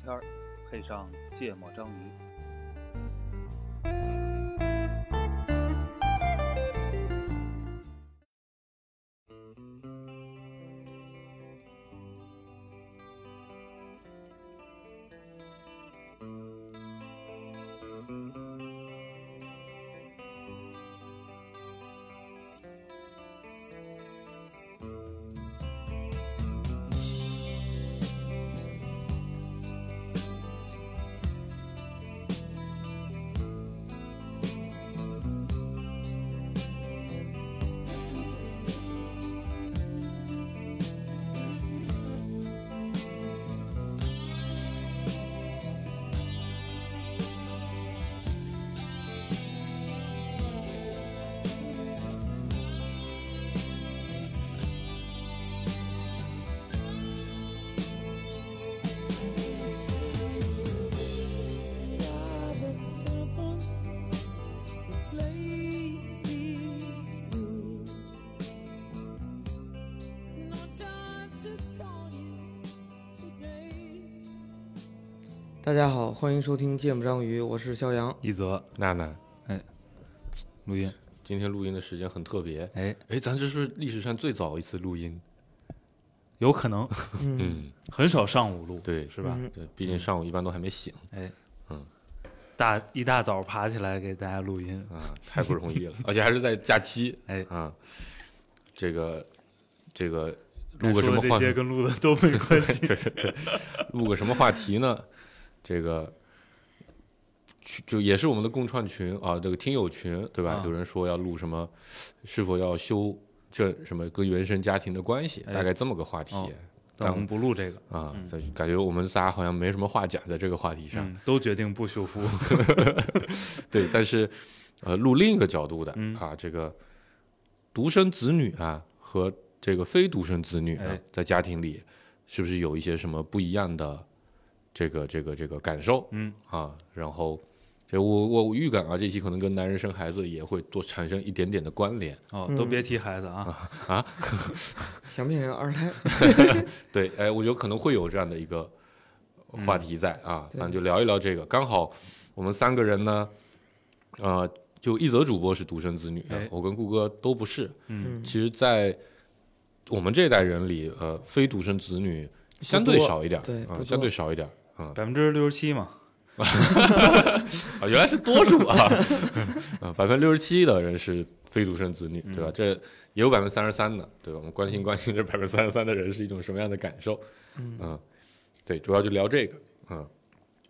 片儿，配上芥末章鱼。大家好，欢迎收听《芥末章鱼》，我是肖阳。一泽娜娜，录音，今天录音的时间很特别，哎，哎，咱这是历史上最早一次录音，有可能嗯， 很少上午录，对，是吧？嗯对，毕竟上午一般都还没醒哎，嗯，大一大早爬起来给大家录音，啊，太不容易了， 而且还是在假期，哎啊，这个这个该录个什说么的话这些题？跟录的都没关 系。对对对，录个什么话题呢？这个群就也是我们的共创群啊，这个听友群对吧？啊有人说要录什么，是否要修正什么跟原生家庭的关系，哎大概这么个话题。哦但我们不录这个，啊，所以感觉我们仨好像没什么话讲在这个话题上。嗯，都决定不 修复。对，但是呃，录另一个角度的、嗯啊，这个独生子女啊和这个非独生子女啊，哎在家庭里是不是有一些什么不一样的这个这个这个感受嗯，啊？然后。这我我我预感啊，这期可能跟男人生孩子也会多产生一点点的关联。哦，嗯都别提孩子啊，想不想要二胎？对，哎，我觉得可能会有这样的一个话题在啊，嗯对咱就聊一聊这个。刚好我们三个人呢，呃，就一则主播是独生子女啊，哎我跟顾哥都不是。嗯，嗯其实，在我们这代人里，呃，非独生子女相对少一点，对啊不多相对少一点。啊百分之六十七嘛，啊，原来是多数 啊，啊，百分之六十七的人是非独生子女，嗯对吧？这也有百分之三十三的，对吧？我们关心关心这百分之三十三的人是一种什么样的感受？嗯、对，主要就聊这个，嗯，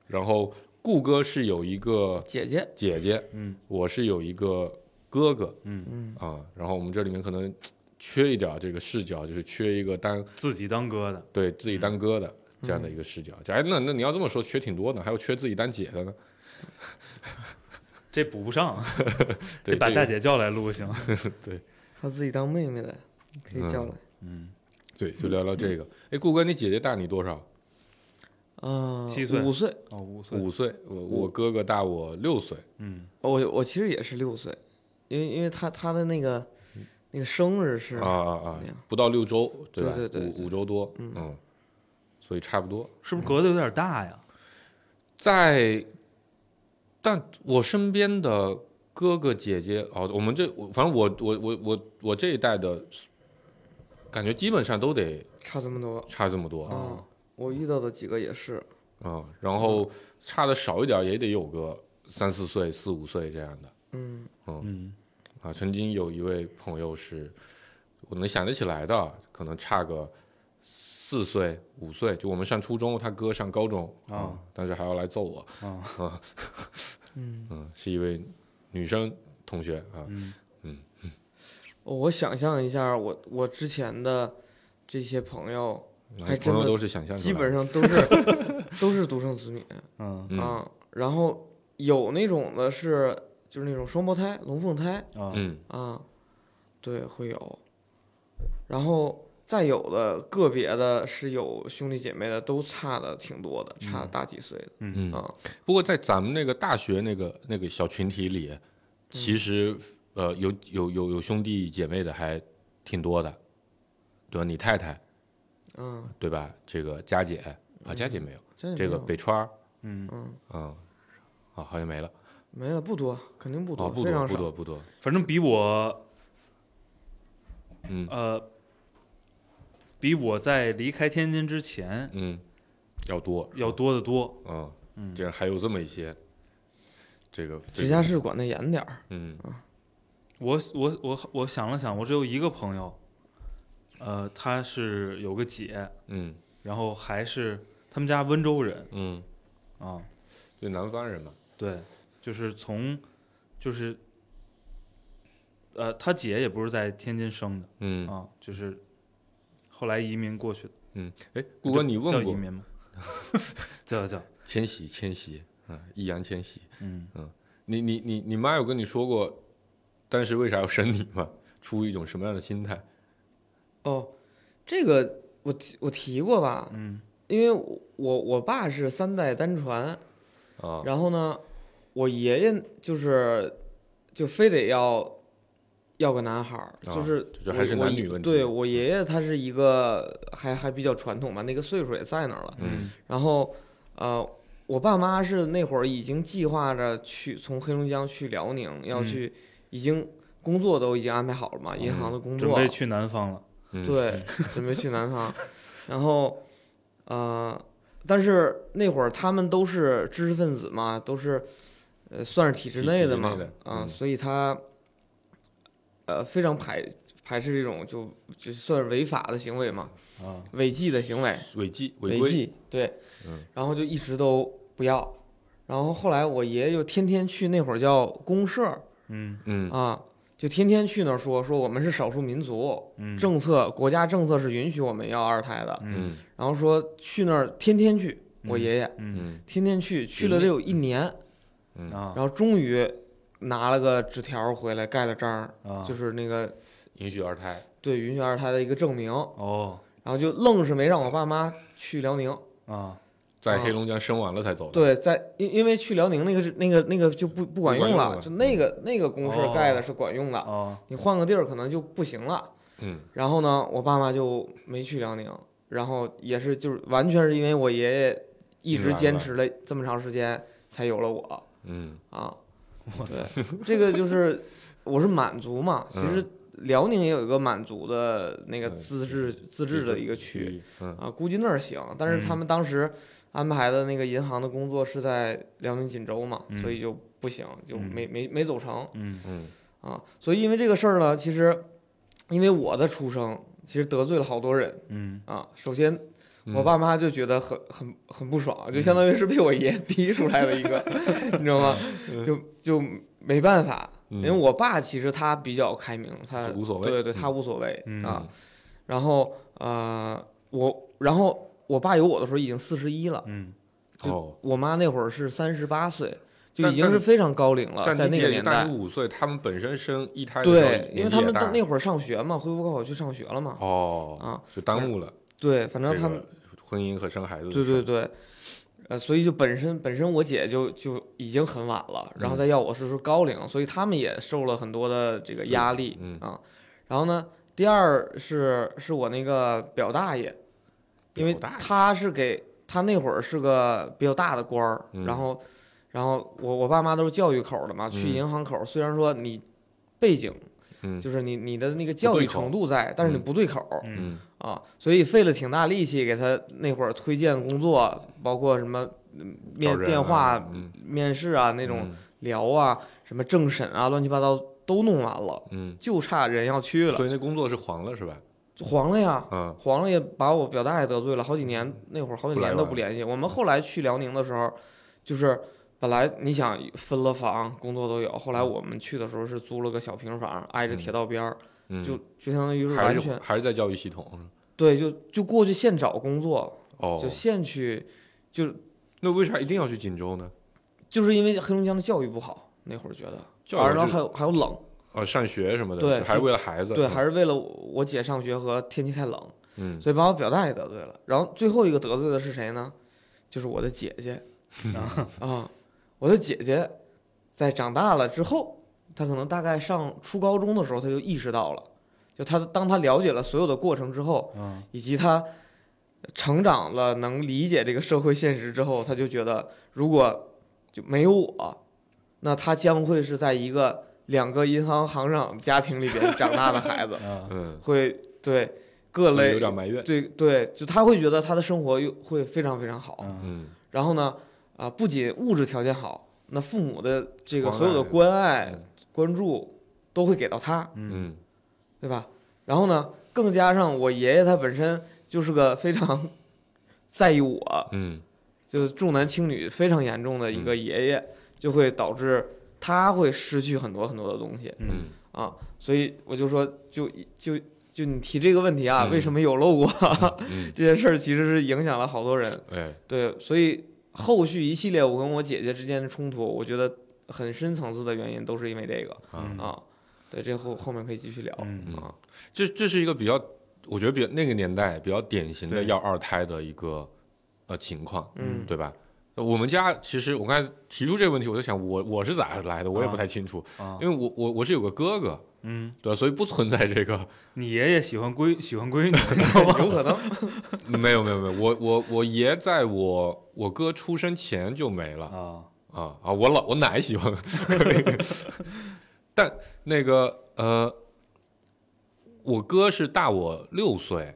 然后顾哥是有一个姐姐，姐姐，嗯，我是有一个哥哥，嗯，啊，然后我们这里面可能缺一点儿这个视角，就是缺一个单自己当哥的，对自己当哥的嗯这样的一个视角。哎，那那你要这么说，缺挺多的，还有缺自己当姐的呢。这补不上，对，得把这大个姐叫来录 行。还有自己当妹妹的，可以叫来。嗯，对，就聊聊这个。哎，顾哥，你姐姐大你多少？啊，七岁五岁。哦，五岁，五岁。我我哥哥大我六岁。嗯，我我其实也是六岁，因为因为他他的那个那个生日是啊啊啊那样！不到六周，吧？对对对对五五周多，嗯，所以差不多。是不是隔得有点大呀？在，但我身边的哥哥姐姐哦，我们这我反正我我我我我这一代的，感觉基本上都得差这么多。差这么多啊、啊，我遇到的几个也是，嗯然后差的少一点儿也得有个三四岁、四五岁这样的。嗯，嗯，啊，曾经有一位朋友是，我能想得起来的，可能差个四岁、五岁，就我们上初中，他哥上高中啊嗯但是还要来揍我，啊， 嗯，是一位女生同学啊，嗯，我想象一下，我我之前的这些朋友，还真朋友的都是想象出基来本的，上都是 都是独生子女嗯，嗯啊，然后有那种的是就是那种双胞胎、龙凤胎啊，嗯啊，对，会有，然后再有的个别的是有兄弟姐妹的，都差的挺多的，差大几岁的、嗯啊，不过在咱们那个大学那个那个小群体里，其实、呃有有有有兄弟姐妹的还挺多的，对吧？你太太嗯，对吧？这个佳姐啊，佳姐没有，真的这个没有北川儿，嗯，嗯嗯，啊，好像没了，没了不多，肯定不多，哦，不非多常不少。多不多，反正比我嗯呃，比我在离开天津之前嗯，要多要多得多。嗯，嗯竟然还有这么一些，这个直辖市管得严点儿，嗯我我我我想了想，我只有一个朋友，呃，她是有个姐，嗯然后还是他们家温州人嗯，啊，就南方人嘛，对，就是从就是呃，她姐也不是在天津生的嗯啊，就是后来移民过去的。嗯，哎，顾哥，你叫问移过民吗？ 叫叫，千玺千玺啊，易烊千玺，嗯，你你你你妈有跟你说过，当时为啥要审你吗？出于一种什么样的心态？哦，这个我提我提过吧，嗯，因为我我我爸是三代单传，啊，然后呢，我爷爷就是就非得要要个男孩儿，啊就是就我还是我男爷女问题嗯对我爷爷他是一个还还比较传统吧，那个岁数也在那儿了。嗯然后呃，我爸妈是那会儿已经计划着去从黑龙江去辽宁，要嗯去已经工作都已经安排好了嘛，银行的工准作啊备去南方了。嗯，对， 准备去南方，然后，呃，但是那会儿他们都是知识分子嘛，都是，呃，算是体制体内制的内嘛，的啊、嗯所以他，呃，非常排排斥这种就就算是违法的行为嘛，啊，违纪的行为，违纪违规，纪，对，嗯然后就一直都不要，然后后来我爷爷就天天去那会儿叫公社嗯嗯啊。就天天去那儿说说我们是少数民族，嗯，政策，国家政策是允许我们要二胎的。嗯嗯然后说去那儿天天去，我嗯爷爷嗯嗯天天去，去了得有一年，嗯啊然后终于拿了个纸条回来，盖了章儿，啊，就是那个允许二胎，对允许二胎的一个证明。哦然后就愣是没让我爸妈去辽宁，啊，在啊黑龙江生完了才走的，对，在因因为去辽宁那个是那个那个就不不管不管用用了，了就那个那个公社哦盖的是管用的，哦你换个地儿可能就不行了。嗯然后呢，我爸妈就没去辽宁，然后也是就是完全是因为我爷爷一直坚持了这么长时间，才有了我嗯啊。我对，这个就是我是满族嘛，其嗯实辽宁也有一个满族的那个嗯自治自治的一个区域，嗯啊，估计那儿行，但是他嗯们当时安排的那个银行的工作是在辽宁锦州嘛，嗯所以就不行，就嗯没没没走成。嗯嗯啊，所以因为这个事儿呢，其实因为我的出生，其实得罪了好多人嗯啊。首先，嗯，我爸妈就觉得很很很不爽，就相当于是被我爷逼出来的一个， 你知道吗？就就没办法，因为嗯我爸其实他比较开明，他无所谓对对，他嗯无所谓嗯啊。然后呃，我然后我爸有我的时候已经四十一了，嗯哦，我妈那会儿是三十八岁，就但已经但是非常高龄了，呃但在你那姐个姐年大代你。五岁，他们本身生一胎的时候对，因年为纪他也们大那那会儿上学嘛，恢复高考去上学了嘛。哦，啊，就耽误了对，反这正个他们，婚姻和生孩子的对事对儿，对，呃，所以就本身本身我姐就就已经很晚了，然嗯后再要我是说高龄，所以他们也受了很多的这个压力嗯啊。然后呢，第二是是我那个表大爷，因为表大爷他是给他那会儿是个比较大的官儿，嗯然后然后我我爸妈都是教育口儿的嘛，去嗯银行口儿，虽然说你背景嗯就是你你的那个教育对口程度在，但是你嗯不对口儿、嗯嗯啊，所以费了挺大力气给他那会儿推荐工作，包括什么嗯面找人电啊话、嗯面试啊那种嗯聊啊，什么政审啊，乱七八糟都弄完了，嗯，就差人要去了，所以那工作是黄了是吧？黄了呀。嗯黄了也把我表大爷得罪了好几年，那会儿好几不来年都往不联系。我们后来去辽宁的时候，就是本来你想分了房，工作都有，后来嗯我们去的时候是租了个小平房，挨着铁道边儿，嗯，就就相当于是还完是全还是在教育系统对，就就过去现找工作，哦就，现去，就那为啥一定要去锦州呢？就是因为黑龙江的教育不好，那会儿觉得，教啊育然后是还有还有冷，呃上学什么的，对还是为了孩子对，还是是为了我姐上学和天气太冷，嗯所以把我表大爷得罪了。然后最后一个得罪的是谁呢？就是我的姐 姐啊我的姐姐在长大了之后，她可能大概上初高中的时候，她就意识到了，就她当她了解了所有的过程之后，啊以及她成长了，能理解这个社会现实之后，他就觉得如果就没有我，那他将会是在一个两个银行行长家庭里 边长大的孩子，啊，嗯，会对各所以类有点埋怨，对对，就他会觉得他的生活又会非常非常好。嗯嗯，然后呢，啊，不仅物质条件好，那父母的这个关所有的爱关爱、关注都会给到他，嗯嗯对吧？然后呢，更加上我爷爷他本身就是个非常 在意我，嗯就是重男轻女非常严重的一个爷爷，就会导致他会失去很多很多的东西嗯嗯啊。所以我就说，就就就你提这个问题啊，嗯为什么有漏过 嗯，这件事儿，其实是影响了好多人。哎，对，所以后续一系列我跟我姐姐之间的冲突，我觉得很深层次的原因都是因为这个啊，啊。对，这后后面可以继续聊。嗯嗯啊，这这是一个比较，我觉得比那个年代比较典型的对要二胎的一个呃情况，嗯对吧？我们家其实我刚才提出这个问题，我就想我我是咋来的，我也不太清楚，啊，因为我我我是有个哥哥，嗯，对吧？所以不存在这个， 你爷爷喜欢闺喜欢闺女，知道吗有可能，没有没有没有，我我我爷在我我哥出生前就没了啊，啊啊！我老我奶喜欢， 但那个呃，我哥是大我六岁，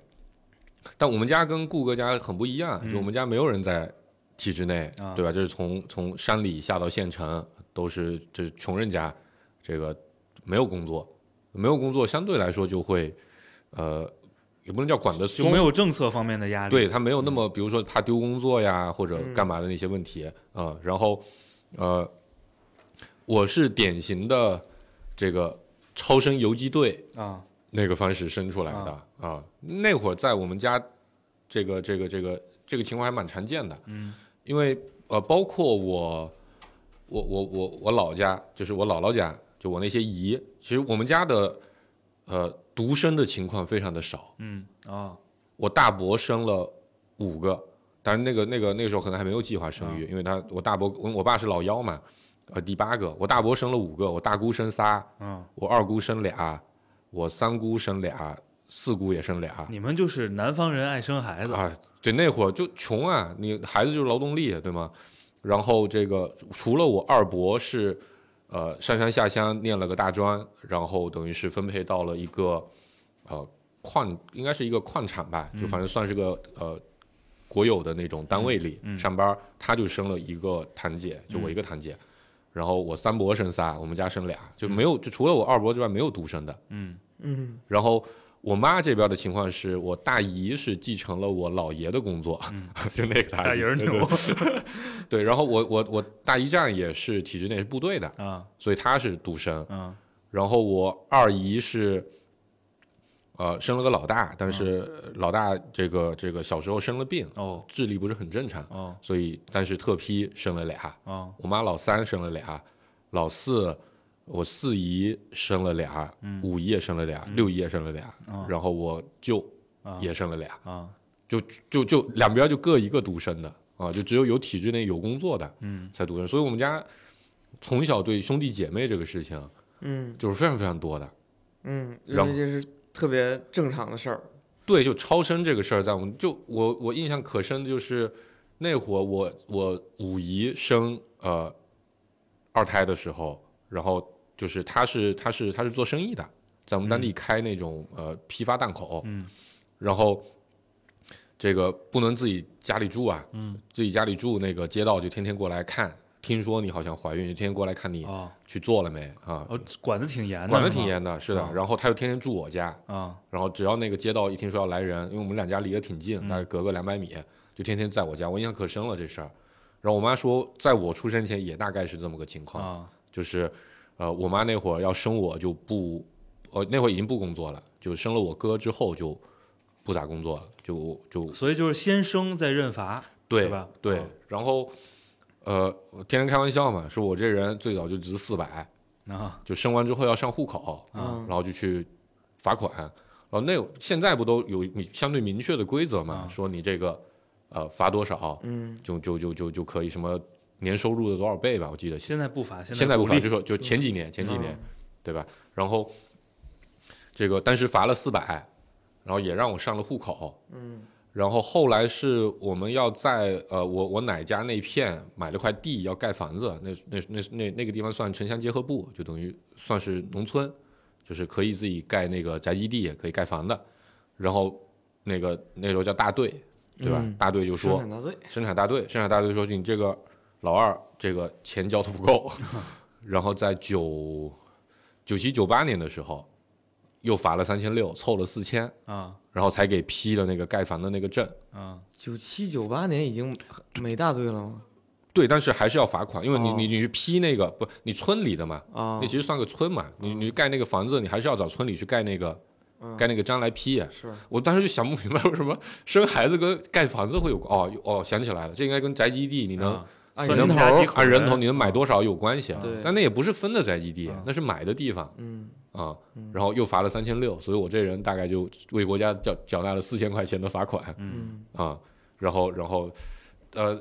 但我们家跟顾哥家很不一样，嗯就我们家没有人在体制内，啊对吧？这是从从山里下到县城，都是这是穷人家，这个没有工作，没有工作相对来说就会呃，也不能叫管得就松没，有政策方面的压力。嗯对他没有那么，比如说怕丢工作呀，或者嗯干嘛的那些问题啊、呃然后，呃，我是典型的这个超生游击队啊，那个方式生出来的啊、那会儿在我们家，这个这个这个这个情况还蛮常见的。嗯，因为呃，包括我，我我我我老家，就是我姥姥家，就我那些姨，其实我们家的呃独生的情况非常的少。嗯啊，我大伯生了五个，但是那个那个那个时候可能还没有计划生育，因为他我大伯我我爸是老幺嘛，呃第八个，我大伯生了五个，我大姑生仨，嗯，我二姑生俩，我三姑生俩，四姑也生俩。你们就是南方人爱生孩子，啊，对，那会儿就穷啊，你孩子就是劳动力，啊对吗？然后这个除了我二伯是，呃，上山下乡念了个大专，然后等于是分配到了一个，呃，矿应该是一个矿产吧，嗯就反正算是个呃国有的那种单位里、嗯嗯嗯上班，他就生了一个堂姐，就我一个堂姐，然后我三伯生仨，我们家生俩，就没有，就除了我二伯之外没有独生的，嗯嗯然后我妈这边的情况是我大姨是继承了我姥爷的工作， 就那嗯个大姨爷儿牛对，然后我我我大姨丈也是体制内是部队的，啊，所以他是独生。嗯然后我二姨是，呃，生了个老大，但嗯是老大这个这个小时候生了病，哦智力不是很正常，哦所以但是特批生了俩。哦，我妈老三生了俩，老四我四姨生了俩，嗯五姨也生了俩，六姨也生了俩，哦然后我舅啊也生了俩，啊就就就两边就各一个独生的啊，就只有有体制内有工作的嗯才独生，所以我们家从小对兄弟姐妹这个事情嗯就是非常非常多的。嗯，因然为后这是特别正常的事儿。对，就超生这个事儿，在我们就我我印象可深的就是那会儿我我五姨生呃二胎的时候，然后就是她是她是她是做生意的，在我们当地开那种、呃批发档口，嗯然后这个不能自己家里住啊，嗯，自己家里住那个街道就天天过来看，听说你好像怀孕，就天天过来看你哦去做了没啊，哦，管的挺严的，管得挺严的，是的，啊然后她就天天住我家，啊然后只要那个街道一听说要来人，因为我们两家离得挺近，嗯大概隔个两百米，就天天在我家，我印象可深了这事儿。然后我妈说，在我出生前也大概是这么个情况，啊就是，呃，我妈那会儿要生我就不，呃，那会儿已经不工作了，就生了我哥之后就不咋工作了，就就所以就是先生再认罚，对是吧对啊，然后，呃，我天天开玩笑嘛，说我这人最早就值四百，啊就生完之后要上户口，嗯然后就去罚款。然后那有现在不都有明相对明确的规则嘛？啊说你这个呃罚多少，嗯就就就就就可以什么年收入的多少倍吧？我记得现在不罚，现在不鼓罚，励就说就前几年前几嗯年、对吧？然后这个但是罚了四百，然后也让我上了户口，嗯然后后来是我们要在呃，我我奶家那片买了块地要盖房子，那那那那那个地方算城乡结合部，就等于算是农村，就是可以自己盖那个宅基地，也可以盖房的。然后那个那时候叫大队，对吧？嗯大队就生说产大队，生产大队，生产大队说你这个老二这个钱交的不 够，然后在九九七九八年的时候又罚了三千六，凑了四千，啊然后才给批了那个盖房的那个证。啊九七九八年已经没大队了吗？对，但是还是要罚款，因为你哦你你去批那个不，你村里的嘛，啊哦那，其实算个村嘛，你你盖那个房子，你还是要找村里去盖那个哦嗯盖那个章来批。啊是我当时就想不明白为什么生孩子跟盖房子会有哦有哦想起来了，这应该跟宅基地你能啊啊按算人你头们家几口哦按人头人你能买多少有关系啊对，但那也不是分的宅基地嗯，那是买的地方嗯，啊，然后又罚了三千六，所以我这人大概就为国家缴缴纳了四千块钱的罚款。嗯嗯啊，然后然后，呃，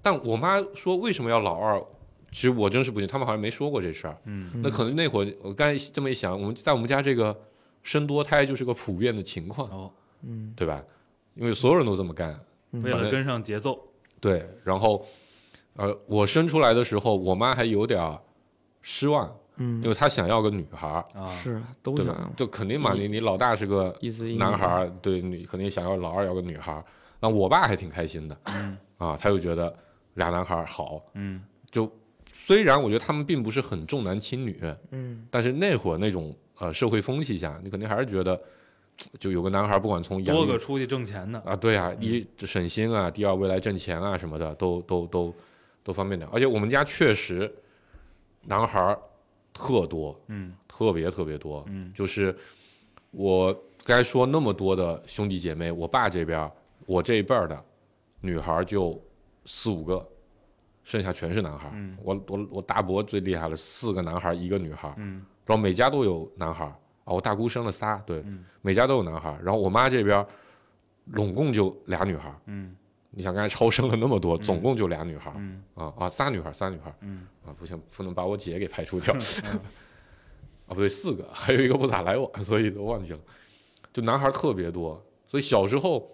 但我妈说为什么要老二，其实我真是不信，他们好像没说过这事儿。嗯那可能那会儿我刚才这么一想，我们在我们家这个生多胎就是个普遍的情况，哦，嗯对吧？因为所有人都这么干，嗯为了跟上节奏，对。然后，呃，我生出来的时候，我妈还有点儿失望，因嗯，为她想要个女孩儿，啊是都对想吧要？就肯定嘛，嗯你你老大是个一字一女男孩，儿，对你肯定想要老二要个女孩儿。那我爸还挺开心的，嗯啊，他就觉得俩男孩儿好。嗯虽然我觉得他们并不是很重男轻女，嗯但是那会儿那种呃社会风气下，你肯定还是觉得，就有个男孩儿不管从养多育个嗯出去挣钱的，啊，对啊，一省心啊，第二未来挣钱啊什么的，都都都都方便点。而且我们家确实男孩儿特多，嗯特别特别多，嗯就是我该说那么多的兄弟姐妹，我爸这边儿我这一辈儿的女孩儿就四五个，剩下全是男孩儿。嗯我我我大伯最厉害了，四个男孩儿一个女孩儿，嗯然后每家都有男孩儿啊。我大姑生了仨，对，嗯每家都有男孩儿。然后我妈这边儿拢共就俩女孩儿。嗯你想刚才超生了那么多，总共就俩女孩儿、嗯啊啊，仨女孩儿，仨女孩儿嗯啊，不行，不能把我姐给排除掉。 啊，不对，四个，还有一个不咋来往，所以都忘记了。就男孩特别多，所以小时候，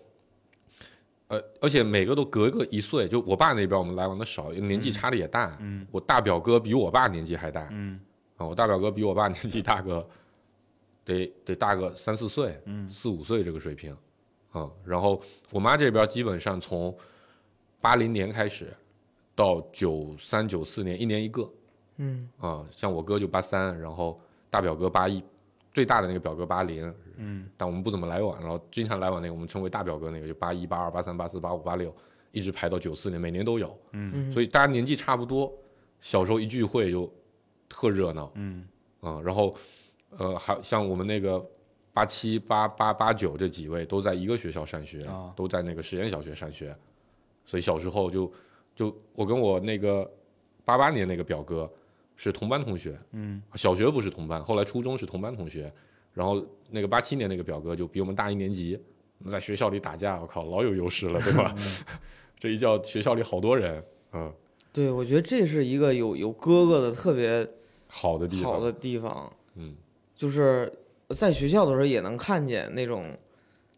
呃，而且每个都隔个一岁。就我爸那边我们来往的少，年纪差的也大。嗯我大表哥比我爸年纪还大嗯啊，我大表哥比我爸年纪大个，得得大个三四岁，嗯四五岁这个水平啊。然后我妈这边基本上从八零年开始到九三九四年，一年一个。嗯啊、像我哥就八三，然后大表哥八一，最大的那个表哥八零，嗯但我们不怎么来往，然后经常来往那个我们称为大表哥那个就八一、八二、八三、八四、八五、八六，一直排到九四年，每年都有，嗯嗯，所以大家年纪差不多，小时候一聚会就特热闹嗯啊、然后呃，还像我们那个八七、八八、八九这几位都在一个学校上学，啊都在那个实验小学上学，所以小时候就就我跟我那个八八年那个表哥是同班同学。啊嗯小学不是同班，后来初中是同班同学，然后那个八七年那个表哥就比我们大一年级，我们在学校里打架，我靠，老有优势了，对吧？嗯 这一叫学校里好多人，嗯，对，我觉得这是一个有有哥哥的特别好的地方，好的地方，嗯，就是在学校的时候也能看见那种，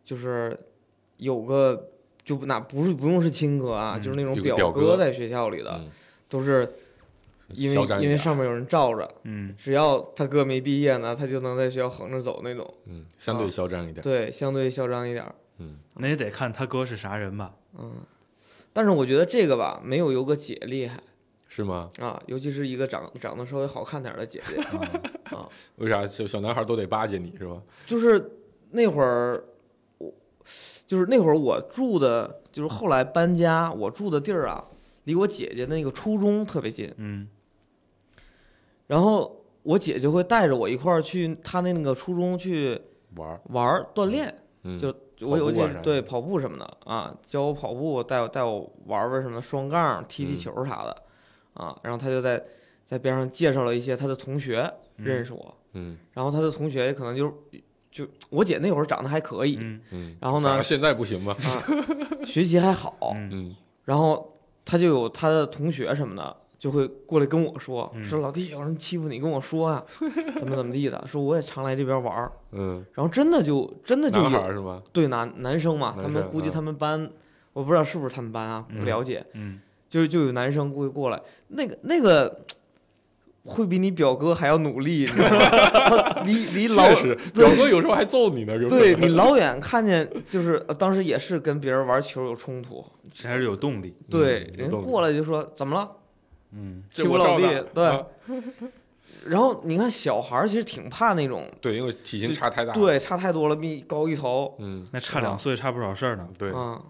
就是有个就不哪不是不用是亲哥啊，嗯就是那种有个表表哥哥在学校里的，嗯都是因嚣张为一因为点上面有人罩着，嗯只要他哥没毕业呢，他就能在学校横着走那种，嗯，相对嚣张一点，对，相对嚣张一点儿。嗯，那也得看他哥是啥人吧，嗯，但是我觉得这个吧，没有游哥姐厉害是吗？啊，尤其是一个长长得稍微好看点儿的姐姐啊啊， 为啥小小男孩都得巴结你是吧？就是那会儿我，就是那会儿我住的，就是后来搬家，我住的地儿啊，离我姐姐那个初中特别近，嗯然后我姐就会带着我一块儿去她那个初中去玩儿，玩儿锻炼。嗯，就跑我有步姐啊啥的对跑步什么的啊，教我跑步，带我带我玩玩什么双杠、踢踢嗯球啥的、啊。然后他就在在边上介绍了一些他的同学嗯认识我，嗯然后他的同学可能就是就我姐那会儿长得还可以，嗯嗯，然后呢咋现在不 行吗？啊，学习还好，嗯嗯然后他就有他的同学什么的就会过来跟我说，嗯说老弟有人欺负你，跟我说啊，怎么怎么地的，说我也常来这边玩儿，嗯，然后真的就真的就男孩有儿是吗？对男男生嘛，男他们生估计嗯他们班，我不知道是不是他们班啊，嗯不了解，嗯，就就有男生会过来，那个那个。会比你表哥还要努力，你知道吗？他离离老 确实，表哥有时候还揍你呢，有时候对你老远看见，就是呃当时也是跟别人玩球有冲突，这还是有动力，对嗯，有人动力过来就说怎么了，嗯欺负老弟，啊对。然后你看小孩儿其实挺怕那种，对，因为体型差太大。，对，差太多了，比你高一头，嗯，那差两岁差不少事儿呢，对，啊，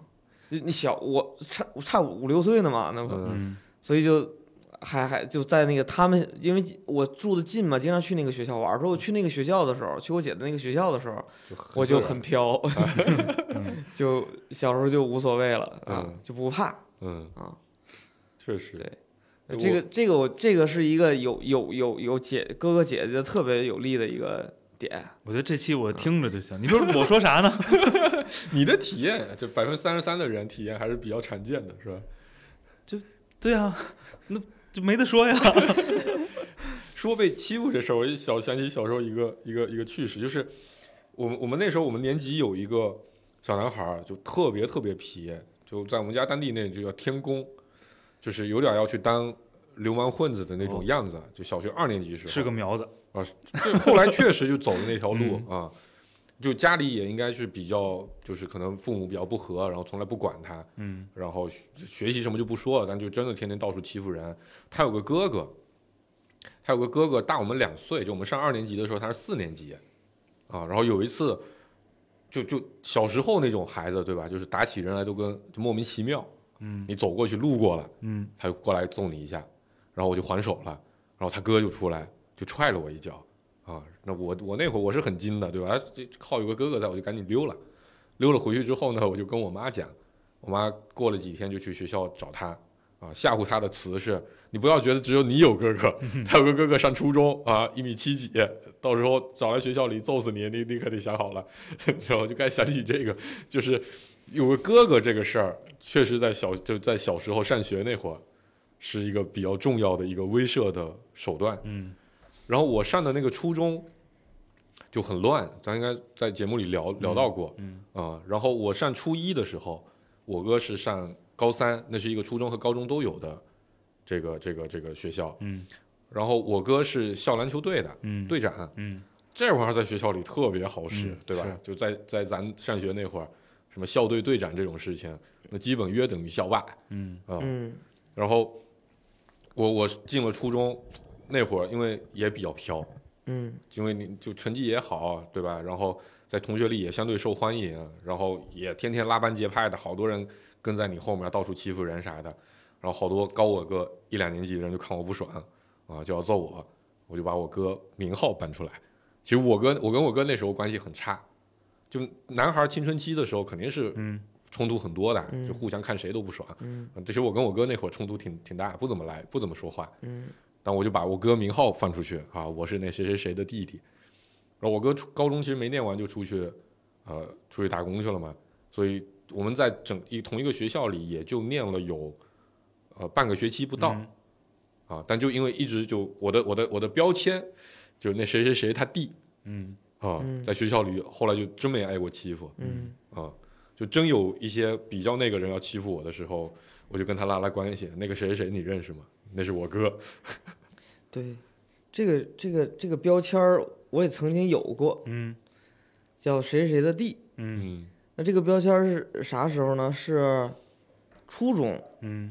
就你小我差我差五六岁呢嘛，那不，嗯嗯所以就还还就在那个他们，因为我住的近嘛，经常去那个学校玩儿。说我去那个学校的时候，去我姐的那个学校的时候，我就很飘， 就小时候就无所谓了啊嗯，就不怕。嗯啊，确实，呃我这个这个我这个是一个有有有有姐哥哥姐姐特别有利的一个点，我觉得这期我听着就行。你说我说啥呢？你的体验就百分之三十三的人体验还是比较常见的，是吧？ 对啊， 那就没得说呀。说被欺负这事儿，我一小想起小时候一个一个一个趣事，就是我们我们那时候我们年级有一个小男孩儿，就特别特别皮，就在我们家当地那就叫天宫，就是有点要去当流氓混子的那种样子，就小学二年级时候。是个苗子，对，后来确实就走了那条路 嗯啊，就家里也应该是比较，就是可能父母比较不和，然后从来不管他，嗯然后学学习什么就不说了，但就真的天天到处欺负人。他有个哥哥，他有个哥哥大我们两岁，就我们上二年级的时候他是四年级，啊，然后有一次，就就小时候那种孩子对吧，就是打起人来都跟就莫名其妙，嗯你走过去路过了。嗯，他就过来揍你一下，然后我就还手了，然后他哥就出来就踹了我一脚啊，那我我那会儿我是很惊的，对吧？啊这靠有个哥哥在，我就赶紧溜了，溜了回去之后呢，我就跟我妈讲，我妈过了几天就去学校找他啊，吓唬他的词是。你不要觉得只有你有哥哥，他有个哥哥上初中啊，一米七几，到时候找来学校里揍死你，你你可得想好了。 然后就该想起这个，就是有个哥哥这个事儿，确实在小就在小时候上学那会儿，是一个比较重要的一个威慑的手段。嗯，然后我上的那个初中就很乱，咱应该在节目里聊聊到过，嗯啊、然后我上初一的时候，我哥是上高三，那是一个初中和高中都有的这个这个这个学校，嗯，然后我哥是校篮球队的嗯，，队长，嗯这会儿在学校里特别好使，嗯对吧是？就在在咱上学那会儿，什么校队队长这种事情，那基本约等于校霸。嗯啊嗯然后我我进了初中那会儿，因为也比较飘，嗯因为你就成绩也好，对吧？然后在同学里也相对受欢迎，然后也天天拉帮结派的，好多人跟在你后面到处欺负人啥的，然后好多高我个一两年级的人就看我不爽啊，就要揍我，我就把我哥名号搬出来。其实我哥，我跟我哥那时候关系很差，就男孩青春期的时候肯定是嗯冲突很多的，嗯就互相看谁都不爽。嗯嗯其实我跟我哥那会儿冲突挺挺大，不怎么来，不怎么说话。嗯但我就把我哥名号放出去啊，我是那谁谁谁的弟弟。然后我哥初高中其实没念完就出去，呃，出去打工去了嘛。所以我们在整一同一个学校里也就念了有，呃，半个学期不到、嗯啊。但就因为一直就我的我的我的标签，就是那谁谁谁他弟嗯啊，嗯在学校里后来就真没挨过欺负嗯啊。就真有一些比较那个人要欺负我的时候，我就跟他拉拉关系。那个谁谁谁你认识吗？那是我哥。对，这个这个这个标签儿我也曾经有过，嗯叫谁谁谁的弟。嗯嗯那这个标签儿是啥时候呢？是初中，嗯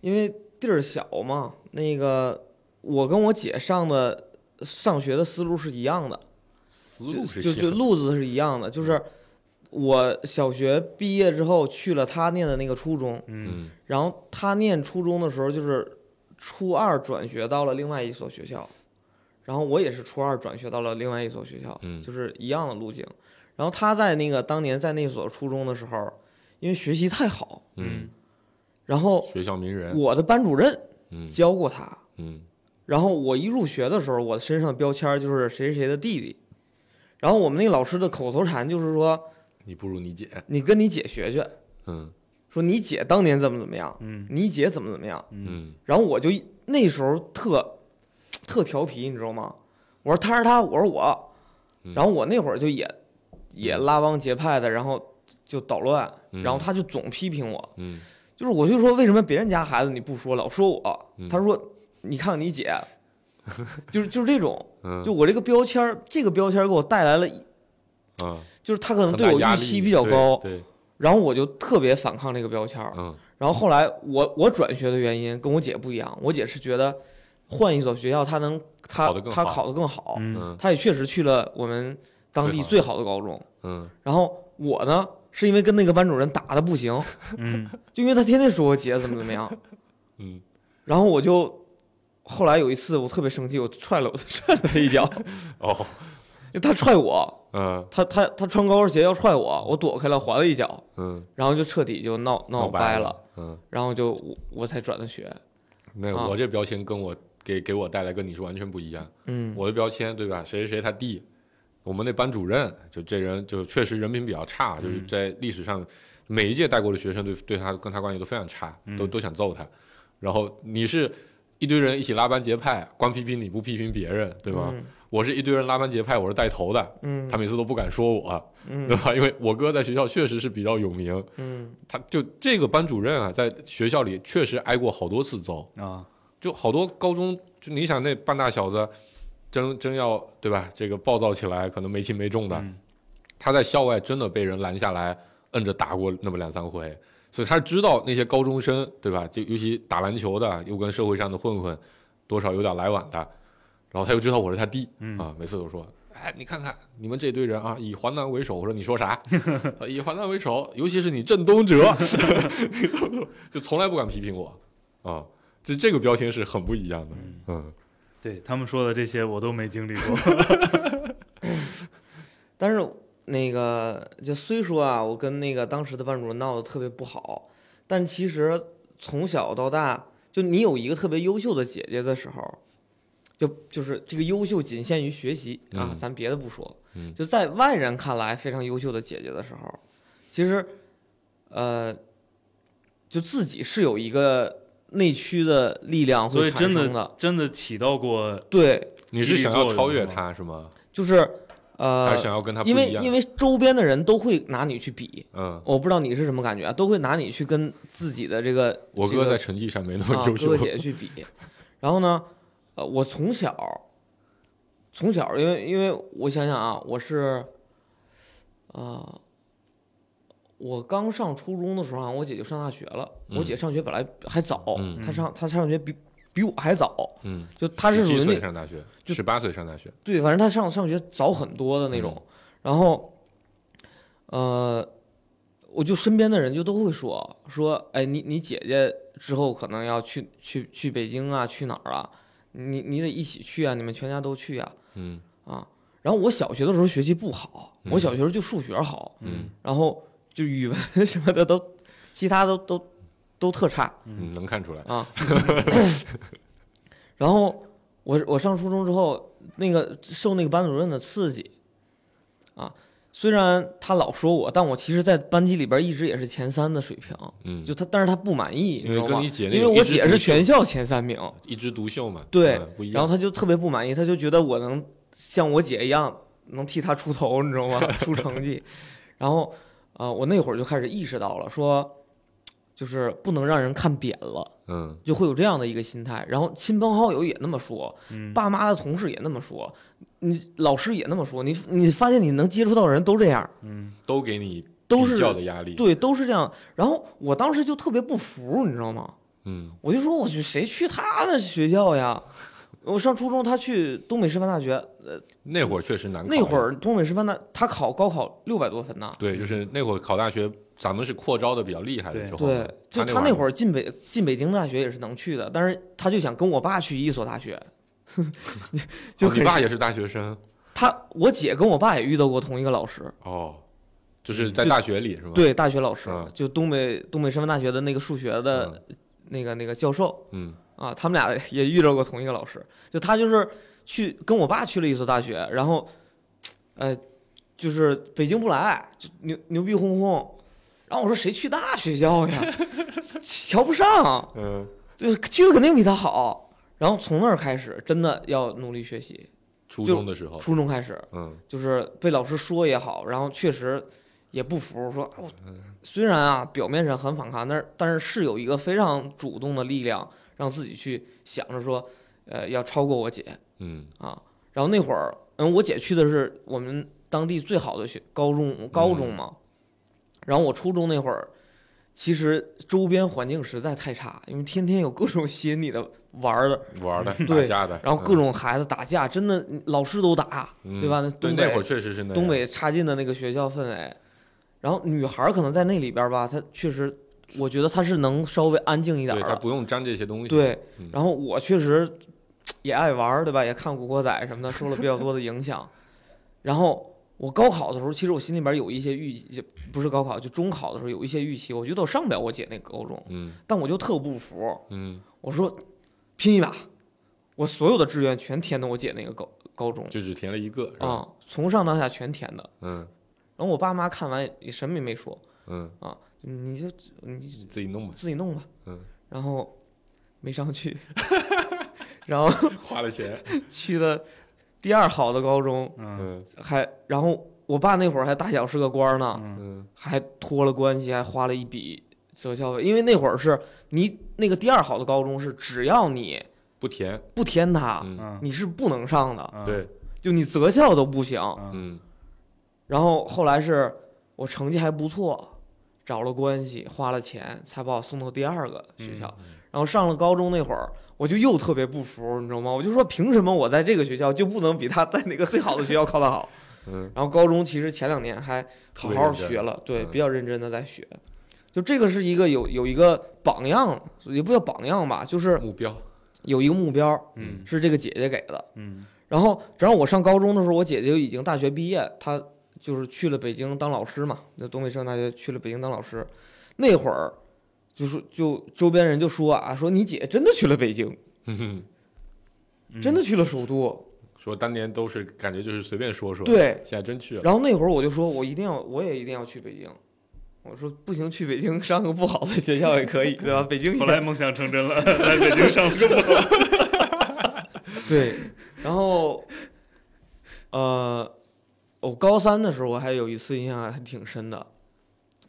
因为地儿小嘛。那个我跟我姐上的上学的思路是一样的，思就路是就一就样的路子是一样的，就是我小学毕业之后去了她念的那个初中，嗯嗯然后她念初中的时候就是初二转学到了另外一所学校，然后我也是初二转学到了另外一所学校，嗯就是一样的路径。然后她在那个当年在那所初中的时候，因为学习太好，嗯，然后学校名人，我的班主任嗯教过她。嗯然后我一入学的时候，我身上的标签儿就是谁谁谁的弟弟。然后我们那个老师的口头禅就是说，你不如你姐，你跟你姐学学，嗯说你姐当年怎么怎么样，嗯你姐怎么怎么样。嗯嗯然后我就那时候特特调皮，你知道吗？我说他是他，我说我，嗯然后我那会儿就也也拉帮结派的，然后就捣乱，嗯然后他就总批评我，嗯就是我就说为什么别人家孩子你不说，老说我嗯？他说你看你 姐，就是就是这种，嗯，就我这个标签儿，这个标签儿给我带来了，啊，就是他可能很对大我压预力期比较高，对，对然后我就特别反抗这个标签儿。嗯然后后来我我转学的原因跟我姐不一样，我姐是觉得换一所学校她能她考得更她好考得更好，嗯嗯她也确实去了我们当地最好的高中。嗯然后我呢是因为跟那个班主任打的不 行，嗯就因为他天天说我姐怎么怎么样，嗯，然后我就后来有一次我特别生气，我踹了我踹了他一脚，哦，因为他踹我，嗯他他他穿高跟鞋要踹我，我躲开了，还了一脚，嗯，然后就彻底就闹闹掰了，，嗯，然后就我我才转的学，那啊我这标签跟我给给我带来跟你是完全不一样，嗯我的标签对吧？谁谁谁他弟，我们那班主任就这人就确实人品比较差，就是嗯在历史上每一届带过的学生对对他跟他关系都非常差，嗯都都想揍他。然后你是一堆人一起拉帮结派，光批评你不批评别人，对吧？嗯我是一堆人拉帮结派，我是带头的，嗯他每次都不敢说我，嗯对吧？因为我哥在学校确实是比较有名，嗯他就这个班主任啊，在学校里确实挨过好多次揍。啊，就好多高中，就你想那半大小子，真真要对吧？这个暴躁起来，可能没轻没重的。嗯他在校外真的被人拦下来，摁着打过那么两三回，所以他知道那些高中生对吧？就尤其打篮球的，又跟社会上的混混，多少有点来往的。然后他又知道我是他弟、嗯啊，每次都说。哎，你看看你们这堆人啊，以华南为首。我说你 说啥？啊以华南为首，尤其是你郑东哲， 你怎么说就从来不敢批评我啊。就这个标签是很不一样的。嗯对他们说的这些我都没经历 过。但是那个就虽说啊，我跟那个当时的班主任闹得特别不好，但其实从小到大，就你有一个特别优秀的姐姐的时候，就就是这个优秀仅限于学习啊，嗯咱别的不说，嗯就在外人看来非常优秀的姐姐的时候，其实，呃，就自己是有一个内驱的力量所会以产真生的真的起到过，对，你是想要超越他是吗？就是呃还是，想要跟他不一因为样？因为周边的人都会拿你去比。嗯，我不知道你是什么感觉啊，都会拿你去跟自己的这个我这哥个在成绩上没那啊么优哥秀哥。姐姐去比。然后呢，呃，我从小从小，因为因为我想想啊，我是，呃，我刚上初中的时候啊，我姐就上大学了。我嗯姐上学本来还早，嗯她上她上学比比我还早，嗯，就她是属于17那岁上大学，就十八岁上大学。对，反正他上上学早很多的那种。嗯然后，呃，我就身边的人就都会说说，哎，你你姐姐之后可能要去去去北京啊，去哪儿啊？你你得一起去啊，你们全家都去啊嗯啊！然后我小学的时候学习不好，我嗯小学时候就数学好，嗯然后就语文 什么的都，其他都都都特差。嗯，能看出来。啊。然后我我上初中之后，那个受那个班主任的刺激，啊，虽然他老说我，但我其实，在班级里边一直也是前三的水平。嗯，就他，但是他不满意，你因知为道跟吗？你姐那因为种我一枝姐独是秀全校前三名，一枝独秀嘛。对嗯不一然后样。他就特别不满意，他就觉得我能像我姐一样能替他出头，你知道吗？ 出成绩。然后，啊，我那会儿就开始意识到了，说就是不能让人看扁了。嗯就会有这样的一个心态。然后亲朋好友也那么说，嗯爸妈的同事也那么说，你老师也那么说，你你发现你能接触到的人都这样，嗯都给你都是比较的压力。对，都是这样。然后我当时就特别不服，你知道吗？嗯我就说我去谁去他那学校呀？我上初中，他去东北师范大学，呃那会儿确实难考。那会儿东北师范大他考高考六百多分呢。对，就是那会儿考大学，咱们是扩招的比较厉害的对时候。对，就他他那会儿儿进北进北京大学也是能去的，但是他就想跟我爸去一所大学， 就哦你很爸也是大学生他我姐跟我爸也遇到过同一个老师，哦，就是嗯在就大学里是吗？，对，大学老师，嗯就东北东北师范大学的那个数学的那个、那个教授嗯啊，他们俩也遇到过同一个老师，就他就是去跟我爸去了一所大学，然后，呃，就是北京不来，就牛牛逼哄哄，然后我说谁 去那学校呀，瞧不上，嗯就是去的肯定比他好，然后从那儿开始，真的要努力学习。初中的时候，初中开始，嗯，就是被老师说也好，然后确实也不服，说哦，虽然啊表面上很反抗，但是但是是有一个非常主动的力量，让自己去想着说，呃，要超过我姐嗯啊。然后那会儿，嗯，我姐去的是我们当地最好的学高中，高中嘛。然后我初中那会儿，其实周边环境实在太差，因为天天有各种 吸引你的玩儿的，玩的打对架的，然后各种孩子打架，真的老师都打，嗯对吧？那嗯对东北那会儿确实是那样东北差劲的那个学校氛围。然后女孩儿可能在那里边儿吧，她确实，我觉得她是能稍微安静一点对儿他的。不用沾这些东西，对嗯，然后我确实也爱玩儿，对吧？也看《古惑仔》什么的，受了比较多的影 响。然后我高考的时候，其实我心里边儿有一些预期，不是高考，就中考的时候有一些预期，我觉得我上不了我姐那个高中，嗯但我就特不服，嗯，我说拼一把，我所有的志愿全填的我姐那个高高中就只填了一个，是吧？啊、从上到下全填的。嗯然后我爸妈看完也什么也没说，嗯，你就你你自己 弄吧，自己弄吧。嗯。然后没上去， 然后花了钱，去了第二好的高中，嗯嗯还然后我爸那会儿还大小是个官儿呢，嗯嗯还托了关系，还花了一笔择校费，因为那会儿是你那个第二好的高中是只要你不填，不填它，嗯嗯，你是不能上的，嗯，对，就你择校都不行。嗯嗯然后后来是我成绩还不错，找了关系，花了钱，才把我送到第二个学校。嗯然后上了高中那会儿，我就又特别不服，你知道吗？我就说凭什么我在这个学校就不能比他在那个最好的学校考得好？ 嗯然后高中其实前两年还好好学了，别认真对，嗯比较认真的在学。就这个是一个有有一个榜样，也不叫榜样吧，就是嗯目标，有一个目标嗯是这个姐姐给的。嗯然后，正好我上高中的时候，我姐姐就已经大学毕业，她就是去了北京当老师嘛，那东北师范大学去了北京当老师。那会儿，就是就周边人就说啊，说你姐真的去了北京，嗯，真的去了首都。说当年都是感觉就是随便说说，，对。现在真去了，然后那会儿我就说，我一定要，我也一定要去北京。我说不行，去北京上个不好的学校也可以，对吧？北京也后来梦想成真 了，来北京上了个不好。对，然后，呃，我高三的时候，我还有一次印象还挺深的，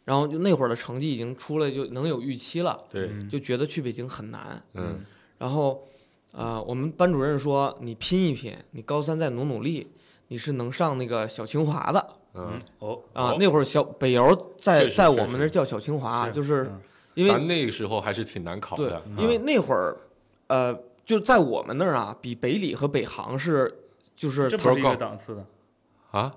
然后就那会儿的成绩已经出来就能有预期了，对，嗯就觉得去北京很难。嗯然后，呃，我们班主任说你拼一拼，你高三再努努力，你是能上那个小清华的嗯嗯，哦，啊。哦那会儿小北邮在确实在确我们那儿实叫小清华，是就是嗯因为咱那个时候还是挺难考对的，，因为那会儿，呃，就在我们那儿啊，比北理和北航是就是这不是一头个高档次的，啊。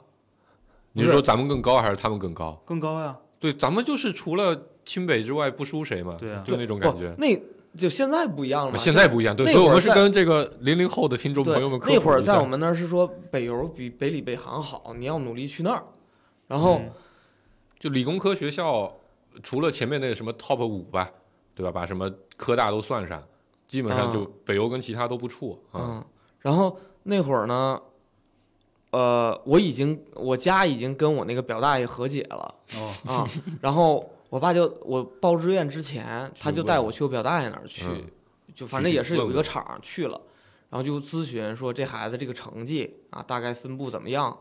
不你是是说咱们更高还是他们更高？更高呀。对，咱们就是除了清北之外不输谁嘛，对啊就那种感觉不。那就现在不一样了嘛，现在不一样，对，那所以我会儿们是在跟这个零零后的听众对朋友们科那会普儿一在下我们那儿是说北邮比北理北航好，你要努力去那儿。然后、嗯就理工科学校，除了前面那个什么 top 五吧，对吧？把什么科大都算上，基本上就北邮跟其他都不怵啊。嗯，然后那会儿呢，呃，我已经我家已经跟我那个表大爷和解了哦，啊，然后我爸就我报志愿之前，他就带我去我表大爷那儿去，嗯就反正也是有一个厂儿去了，然后就咨询说这孩子这个成绩啊，大概分布怎么样，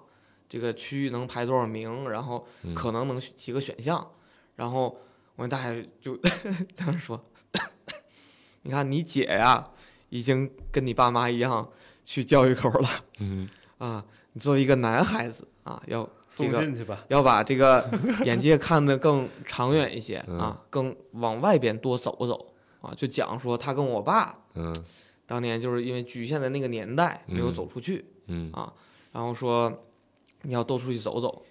这个区域能排多少名，然后嗯可能能选几个选项，然后我跟大爷就 当时说， 你看你姐呀，已经跟你爸妈一样去教育口了嗯，啊，你作为一个男孩子啊，要这送个进去吧。要把这个眼界看得更长远一些啊，更往外边多走走啊，就讲说他跟我爸嗯当年就是因为局限在那个年代没有嗯走出去，嗯然后说你要多出去走走，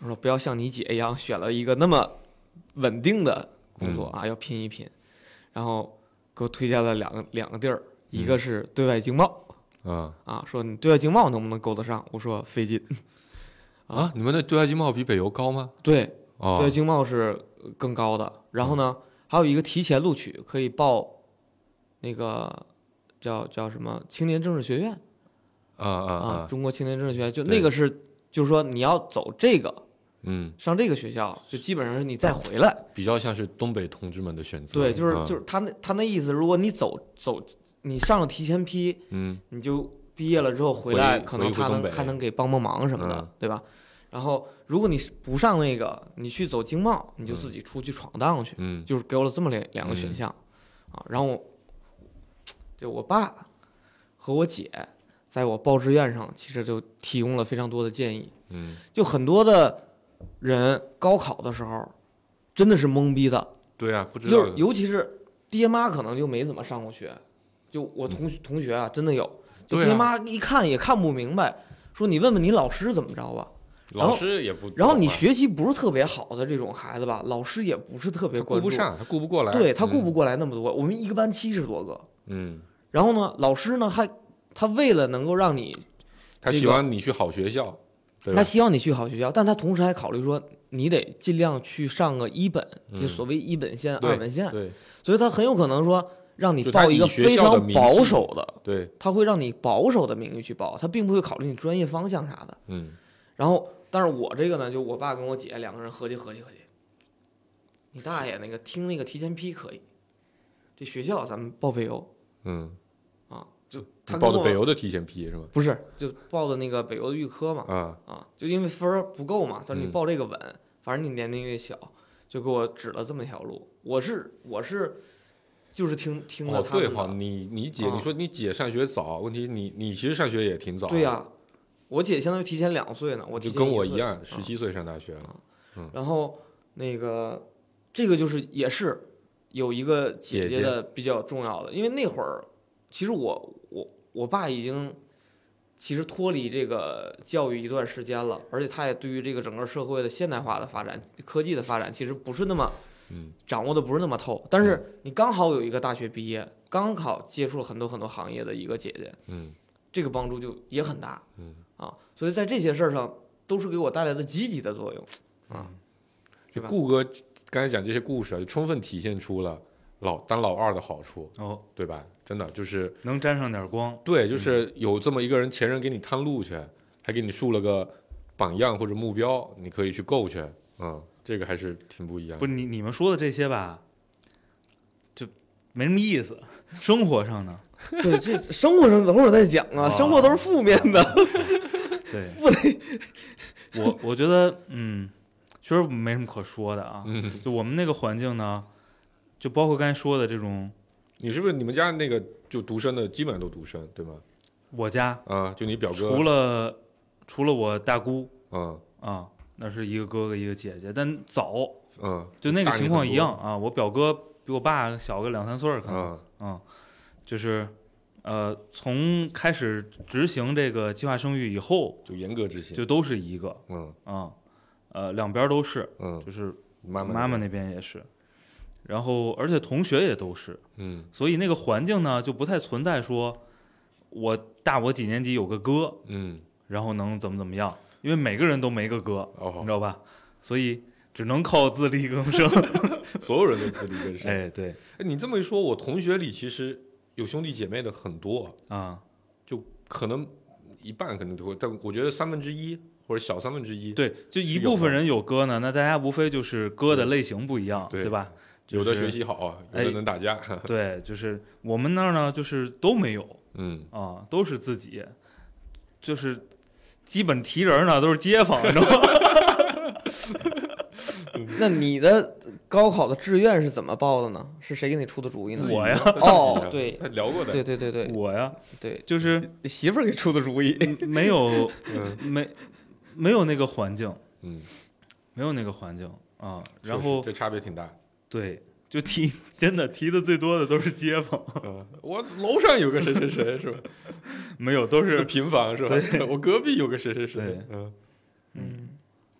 我说不要像你姐一样选了一个那么稳定的工作嗯啊，要拼一拼。然后给我推荐了两个两个地儿，一嗯个是对外经贸啊啊，说你对外经贸能不能够得上？我说费劲，啊！你们的对外经贸比北邮高吗？对，对外哦，经贸是呃更高的。然后呢，还有一个提前录取可以报那个叫叫什么青年政治学院。啊啊啊，啊，中国青年政治学院，就对那个是，就是说你要走这个嗯，上这个学校，就基本上是你再回来。比较像是东北同志们的选择。对，就是啊啊就是他那他那意思，如果你走走你上了提前批，嗯你就毕业了之后回来，回可能回他东能北还能给帮帮忙什么的，嗯对吧？然后如果你是不上那个，你去走经贸，你就自己出去闯荡去，嗯就是给我了这么两两个选嗯项、啊。然后我，就我爸和我姐在我报志愿上其实就提供了非常多的建议，嗯就很多的人高考的时候真的是懵逼的，对啊，不知道就的是尤其是爹妈可能就没怎么上过学，就我同学同学啊，真的有，就嗯对啊爹妈一看也看不明白，说你问问你老师怎么着吧。然老后师也不，啊然后你学习不是特别好的这种孩子吧，老师也不是特别他顾关注不，上，他顾不过来，对他顾不嗯过来那么多。我们一个班七十多个，嗯，然后呢，老师呢还他为了能够让你，他这希个望你去好学校，对吧他？希望你去好学校，但他同时还考虑说你得尽量去上个一本，就嗯所谓一本线、对二本线，对所以他很有可能说让你就他报一以个学非校的常名保气守的。对，他会让你保守的名誉去报，他并不会考虑你专业方向啥的。嗯，然后，但是我这个呢，就我爸跟我姐两个人合计合计合计，你大爷那个听那个提前批可以，这学校咱们报北邮嗯，啊，就他跟你报我的北邮的提前批是吧？不是就报的那个北邮的预科嘛啊，啊，就因为分儿不够嘛，他说你嗯报这个稳，反正你年龄也小，就给我指了这么一条路。我是我是就是听听了哦他们对的，哈，你你姐，啊你说你姐上学早，问题你你其实上学也挺早，对呀、，我姐相当于提前两岁呢，我提就前跟我一一岁啊样，十七岁上大学了，然后那个这个就是也是有一个姐姐姐姐的比较重要的，因为那会儿其实我我我爸已经其实脱离这个教育一段时间了，而且他也对于这个整个社会的现代化的发展、科技的发展其实不是那么嗯掌握的不是那么透。但是你刚好有一个大学毕业，刚好接触了很多很多行业的一个姐姐，嗯这个帮助就也很大嗯。啊，所以在这些事儿上都是给我带来的积极的作用啊，对就吧？顾哥刚才讲这些故事啊，就充分体现出了老当老二的好处，哦，对吧？真的就是能沾上点光，对，嗯就是有这么一个人，前人给你探路去，还给你树了个榜样或者目标，你可以去够去，嗯，这个还是挺不一样不的。是你你们说的这些吧，就没什么意思。 生活上呢， 对，这生活上等会儿再讲啊，哦生活都是负面哦的。对， 我我觉得，嗯，确实没什么可说的啊。嗯，就我们那个环境呢，就包括刚才说的这种，你是不是你们家那个就独生的，基本上都独生，对吗？我家啊，就你表哥，除了除了我大姑嗯啊，那是一个哥哥一个姐姐，但早嗯，就那个大你情况很一多样，啊。我表哥比我爸小个两三岁儿，可能嗯嗯，就是呃，从开始执行这个计划生育以后，就严格执行，就都是一个嗯啊、呃，两边儿都是，嗯，就是妈妈妈妈，那边也是，然后而且同学也都是，嗯所以那个环境呢就不太存在说我大我几年级有个哥，嗯，然后能怎么怎么样，因为每个人都没个哥，你知哦，道吧？所以只能靠自力更 生。所有人都自力 更生。哎，对哎，你这么一说，我同学里其实有兄弟姐妹的很多，啊、可能一半可能都会，但我觉得三分之一或者小三分之一，，对，就一是有部分的人有哥呢，那大家无非就是哥的类型不一样，对对吧？有的就是学习好，啊有哎的能打架， 对，就是我们那儿呢，就是都没有嗯，啊，都是自己，就是基本提人呢都是街坊，你知 道吗？ 那你的高考的志愿是怎么报的呢？是谁给你出的主意呢？我呀哦 对才聊过的，对对对对我呀，对，就是媳妇儿给出的主意。没 有嗯没没有那个环境，嗯，没有那个环境啊。确然实后这差别挺大。对，就提真的提的最多的都是街坊，我楼上有个谁谁谁是吧？没有都 是是平房是吧？我隔壁有个谁谁谁对，嗯嗯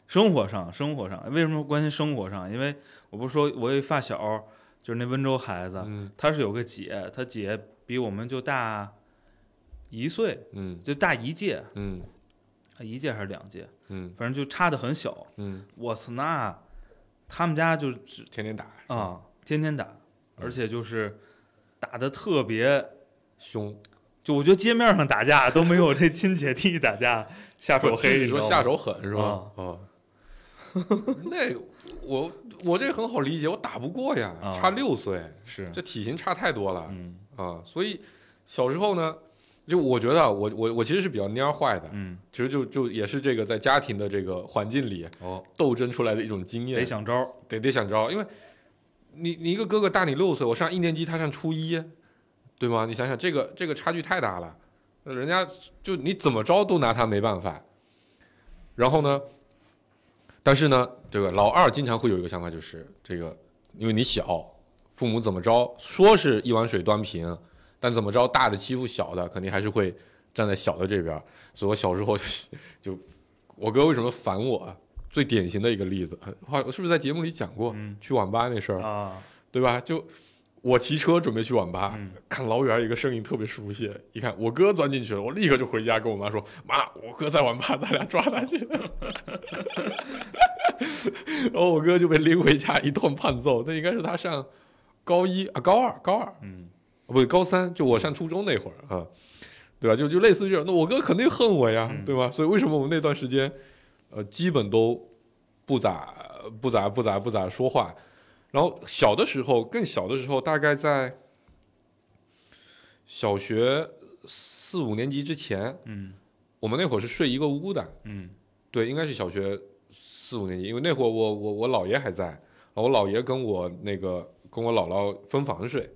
生活上生活上。为什么关心生活上？因为我不是说我有一发小，就是那温州孩子，嗯他是有个姐，他姐比我们就大一岁，嗯就大一届，嗯一届还是两届，嗯反正就差的很小。嗯，我操，那他们家就只天天打啊，天天打，嗯而且就是打的特别，凶，就我觉得街面上打架都没有这亲姐弟打 架下手不是黑，你你知道说吗下手狠是吧？啊， 那我我这很好理解，我打不过呀，啊差六岁，是，这体型差太多了嗯，啊，所以小时候呢，就我觉得啊我我我其实是比较蔫坏的，嗯，其实就就也是这个在家庭的这个环境里哦，斗争出来的一种经验，得想招儿，得得想招，因为你你一个哥哥大你六岁，我上一年级，他上初一，对吗？你想想这个这个差距太大了，人家就你怎么着都拿他没办法。然后呢，但是呢，对吧？老二经常会有一个想法，就是这个，因为你小，父母怎么着，说是一碗水端平，但怎么着大的欺负小的，肯定还是会站在小的这边儿。所以我小时候就就我哥为什么烦我啊，最典型的一个例子，话是不是在节目里讲过？嗯去网吧那事儿，啊，对吧？就我骑车准备去网吧，嗯看老远一个身影特别熟悉，一看我哥钻进去了，我立刻就回家跟我妈说：“妈，我哥在网吧，咱俩抓他去。” 然后我哥就被拎回家一顿胖揍，那应该是他上高一啊高二高二啊嗯不对，高三，就我上初中那会儿啊，对吧？就就类似于这种，那我哥肯定恨我呀，嗯对吧？所以为什么我们那段时间，呃，基本都不咋不咋不咋不咋说话。然后小的时候，更小的时候，大概在小学四五年级之前，嗯我们那会儿是睡一个屋的，嗯对，应该是小学四五年级，因为那会儿我我我姥爷还在，然后我姥爷跟我那个跟我姥姥分房睡，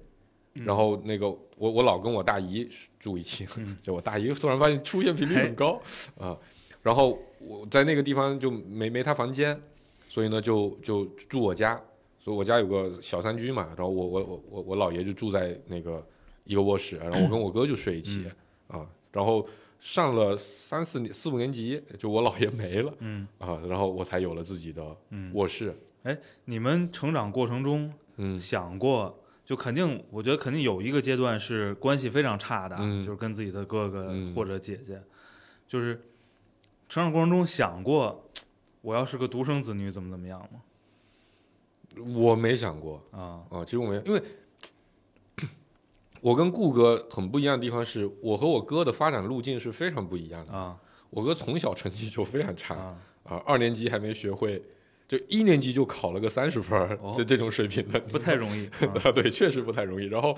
嗯然后那个我我老跟我大姨住一起，嗯 哎就我大姨突然发现出现频率很高啊、然后我在那个地方就没没她房间，所以呢就就住我家，所以我家有个小三居嘛，然后我我我我我姥爷就住在那个一个卧室，然后我跟我哥就睡一起啊、嗯然后上了三四年四五年级，就我姥爷没了嗯啊、然后我才有了自己的嗯，卧室，你们成长过程中嗯想过，就肯定，我觉得肯定有一个阶段是关系非常差的，啊嗯就是跟自己的哥哥嗯或者姐姐，就是成长过程中想过，我要是个独生子女怎么怎么样吗？我没想过，啊，啊，其实我没有，因为我跟顾哥很不一样的地方是，我和我哥的发展路径是非常不一样的。啊我哥从小成绩就非常差啊！啊，二年级还没学会，就一年级就考了个三十分儿，哦就这种水平的，不太容易。啊 对，确实不太容易。然后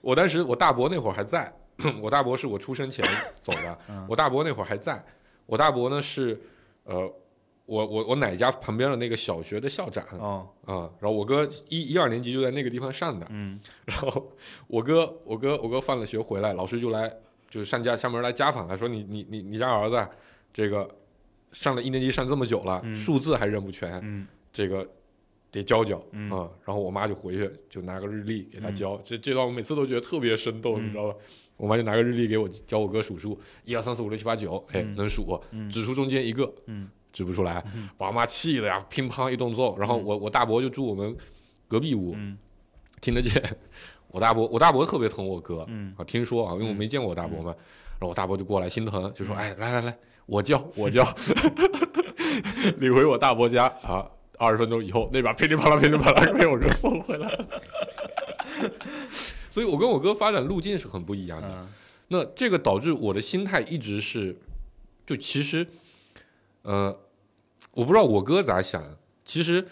我当时我大伯那会儿还在，我大伯是我出生前走的，嗯我大伯那会儿还在，我大伯呢是呃。我我我奶家旁边的那个小学的校长啊、哦，然后我哥一一二年级就在那个地方上的，嗯然后我哥， 我哥，我哥放了学回来，老师就来，就是上家上门来家访他，说你你你你家儿子这个上了一年级上这么久了，嗯数字还认不全，嗯这个得教教啊、嗯然后我妈就回去就拿个日历给他教，这这段我每次都觉得特别生动，嗯你知道吧？我妈就拿个日历给我教我哥数数，一二三四五六七八九，哎，嗯能数，嗯指出中间一个，嗯指不出来嗯，把我妈气的呀，乒乓一顿揍。然后我我大伯就住我们隔壁屋，嗯听得见。我大伯，我大伯特别疼我哥嗯嗯啊，听说啊，因为我没见过我大伯嘛，然后我大伯就过来心疼，就说：“哎，来来来，我教我教。” 领回我大伯家啊，二十分钟以后，那把噼里啪啦噼里 啪啦被我哥送回来 了。所以，我跟我哥发展路径是很不一样的。嗯那这个导致我的心态一直是，就其实，呃，我不知道我哥咋想。其实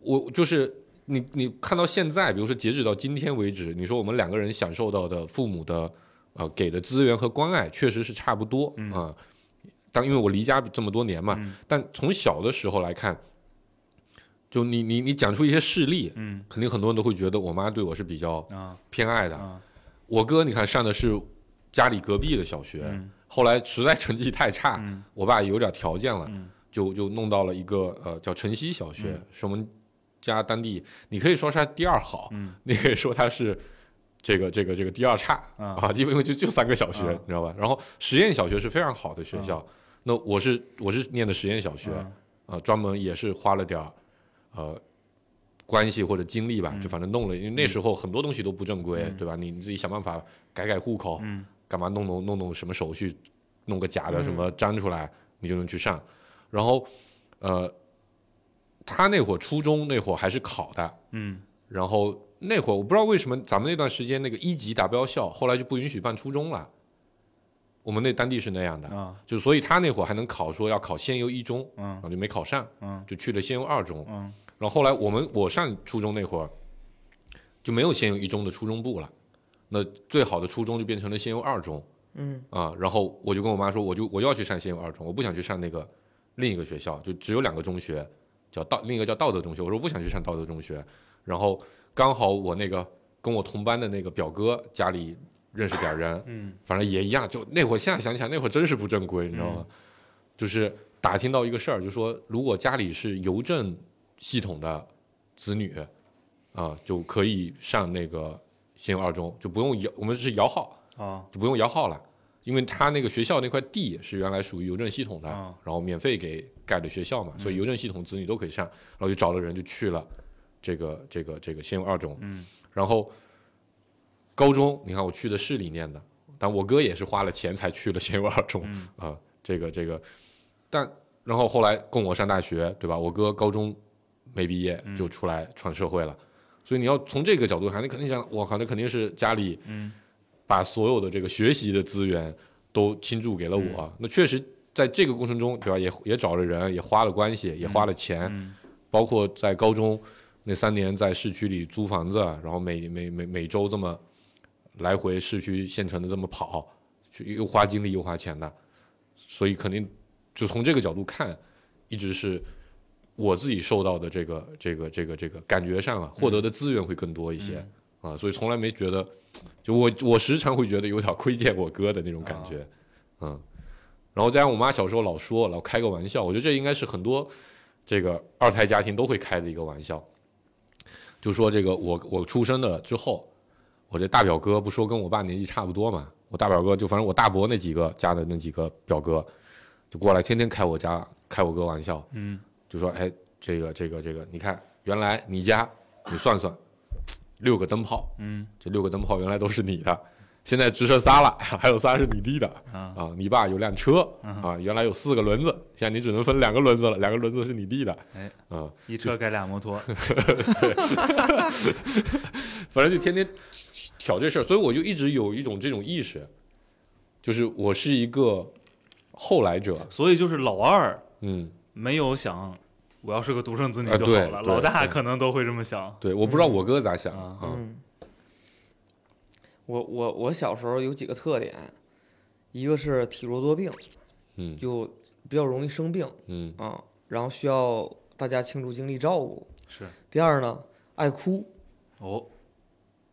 我就是你，你看到现在，比如说截止到今天为止，你说我们两个人享受到的父母的呃给的资源和关爱，确实是差不多嗯啊。但因为我离家这么多年嘛，嗯但从小的时候来看，就你你你讲出一些事例，嗯肯定很多人都会觉得我妈对我是比较啊偏爱的。啊我哥你看上的是家里隔壁的小学，嗯后来实在成绩太差，嗯我爸有点条件了，嗯就就弄到了一个呃叫城西小学，嗯是我们家当地，你可以说是它第二好，嗯 你可以说它是这个这个这个第二差啊啊，因为因为就就三个小学，啊你知道吧？然后实验小学是非常好的学校，嗯那我是我是念的实验小学，啊啊，专门也是花了点儿呃关系或者精力吧，嗯就反正弄了，因为那时候很多东西都不正规，嗯对吧？你你自己想办法改改户口，嗯干嘛弄弄弄弄什么手续，弄个假的嗯什么粘出来，你就能去上。然后呃，他那会儿初中那会儿还是考的，嗯然后那会儿我不知道为什么咱们那段时间那个一级达标校，后来就不允许办初中了。我们那当地是那样的，啊就所以他那会儿还能考，说要考县优一中，嗯然后就没考上。嗯就去了先优二中，嗯然后后来我们我上初中那会儿就没有先优一中的初中部了，那最好的初中就变成了仙游二中嗯啊。然后我就跟我妈说，我就我要去上仙游二中，我不想去上那个另一个学校，就只有两个中学，叫道另一个叫道德中学。我说我不想去上道德中学。然后刚好我那个跟我同班的那个表哥家里认识点儿人，嗯反正也一样。就那会儿现在想起来，那会儿真是不正规，你知道吗？就是打听到一个事儿，就说如果家里是邮政系统的子女，啊，就可以上那个新游二中，就不用摇，我们是摇号，啊就不用摇号了，因为他那个学校那块地是原来属于邮政系统的，啊嗯然后免费给盖的学校嘛，所以邮政系统子女都可以上，然后就找了人就去了这个这个这个新闻二中，嗯，然后高中你看我去的市里念的，但我哥也是花了钱才去了新闻二中啊、嗯这个这个，但然后后来供我上大学对吧？我哥高中没毕业嗯就出来闯社会了，所以你要从这个角度看，你肯定想，我靠，那肯定是家里嗯把所有的这个学习的资源都倾注给了我。那确实在这个过程中，对吧？也也找了人，也花了关系，也花了钱，嗯包括在高中那三年在市区里租房子，啊然后每每每每周这么来回市区县城的这么跑，去又花精力又花钱的，所以肯定就从这个角度看，一直是。我自己受到的这个、这个、这个、这个感觉上啊，获得的资源会更多一些。嗯啊，所以从来没觉得，就我我时常会觉得有点亏欠我哥的那种感觉，嗯，然后再加上我妈小时候老说老开个玩笑，我觉得这应该是很多这个二胎家庭都会开的一个玩笑，就说这个我我出生了之后，我这大表哥不说跟我爸年纪差不多嘛，我大表哥就反正我大伯那几个家的那几个表哥就过来天天开我家开我哥玩笑，嗯就说：“哎，这个这个这个，你看，原来你家你算算，六个灯泡，嗯这六个灯泡原来都是你的，现在只剩仨了，还有仨是你弟的啊啊。你爸有辆车嗯啊，原来有四个轮子，现在你只能分两个轮子了，两个轮子是你弟的。哎啊，一车改俩摩托，反正就天天挑这事儿，所以我就一直有一种这种意识，就是我是一个后来者，所以就是老二嗯。”没有想我要是个独生子女啊就好对了，对老大对可能都会这么想。对，我不知道我哥咋想啊啊，嗯，我我我小时候有几个特点，一个是体弱多病，嗯就比较容易生病嗯啊，然后需要大家倾注精力照顾。是第二呢，爱哭哦，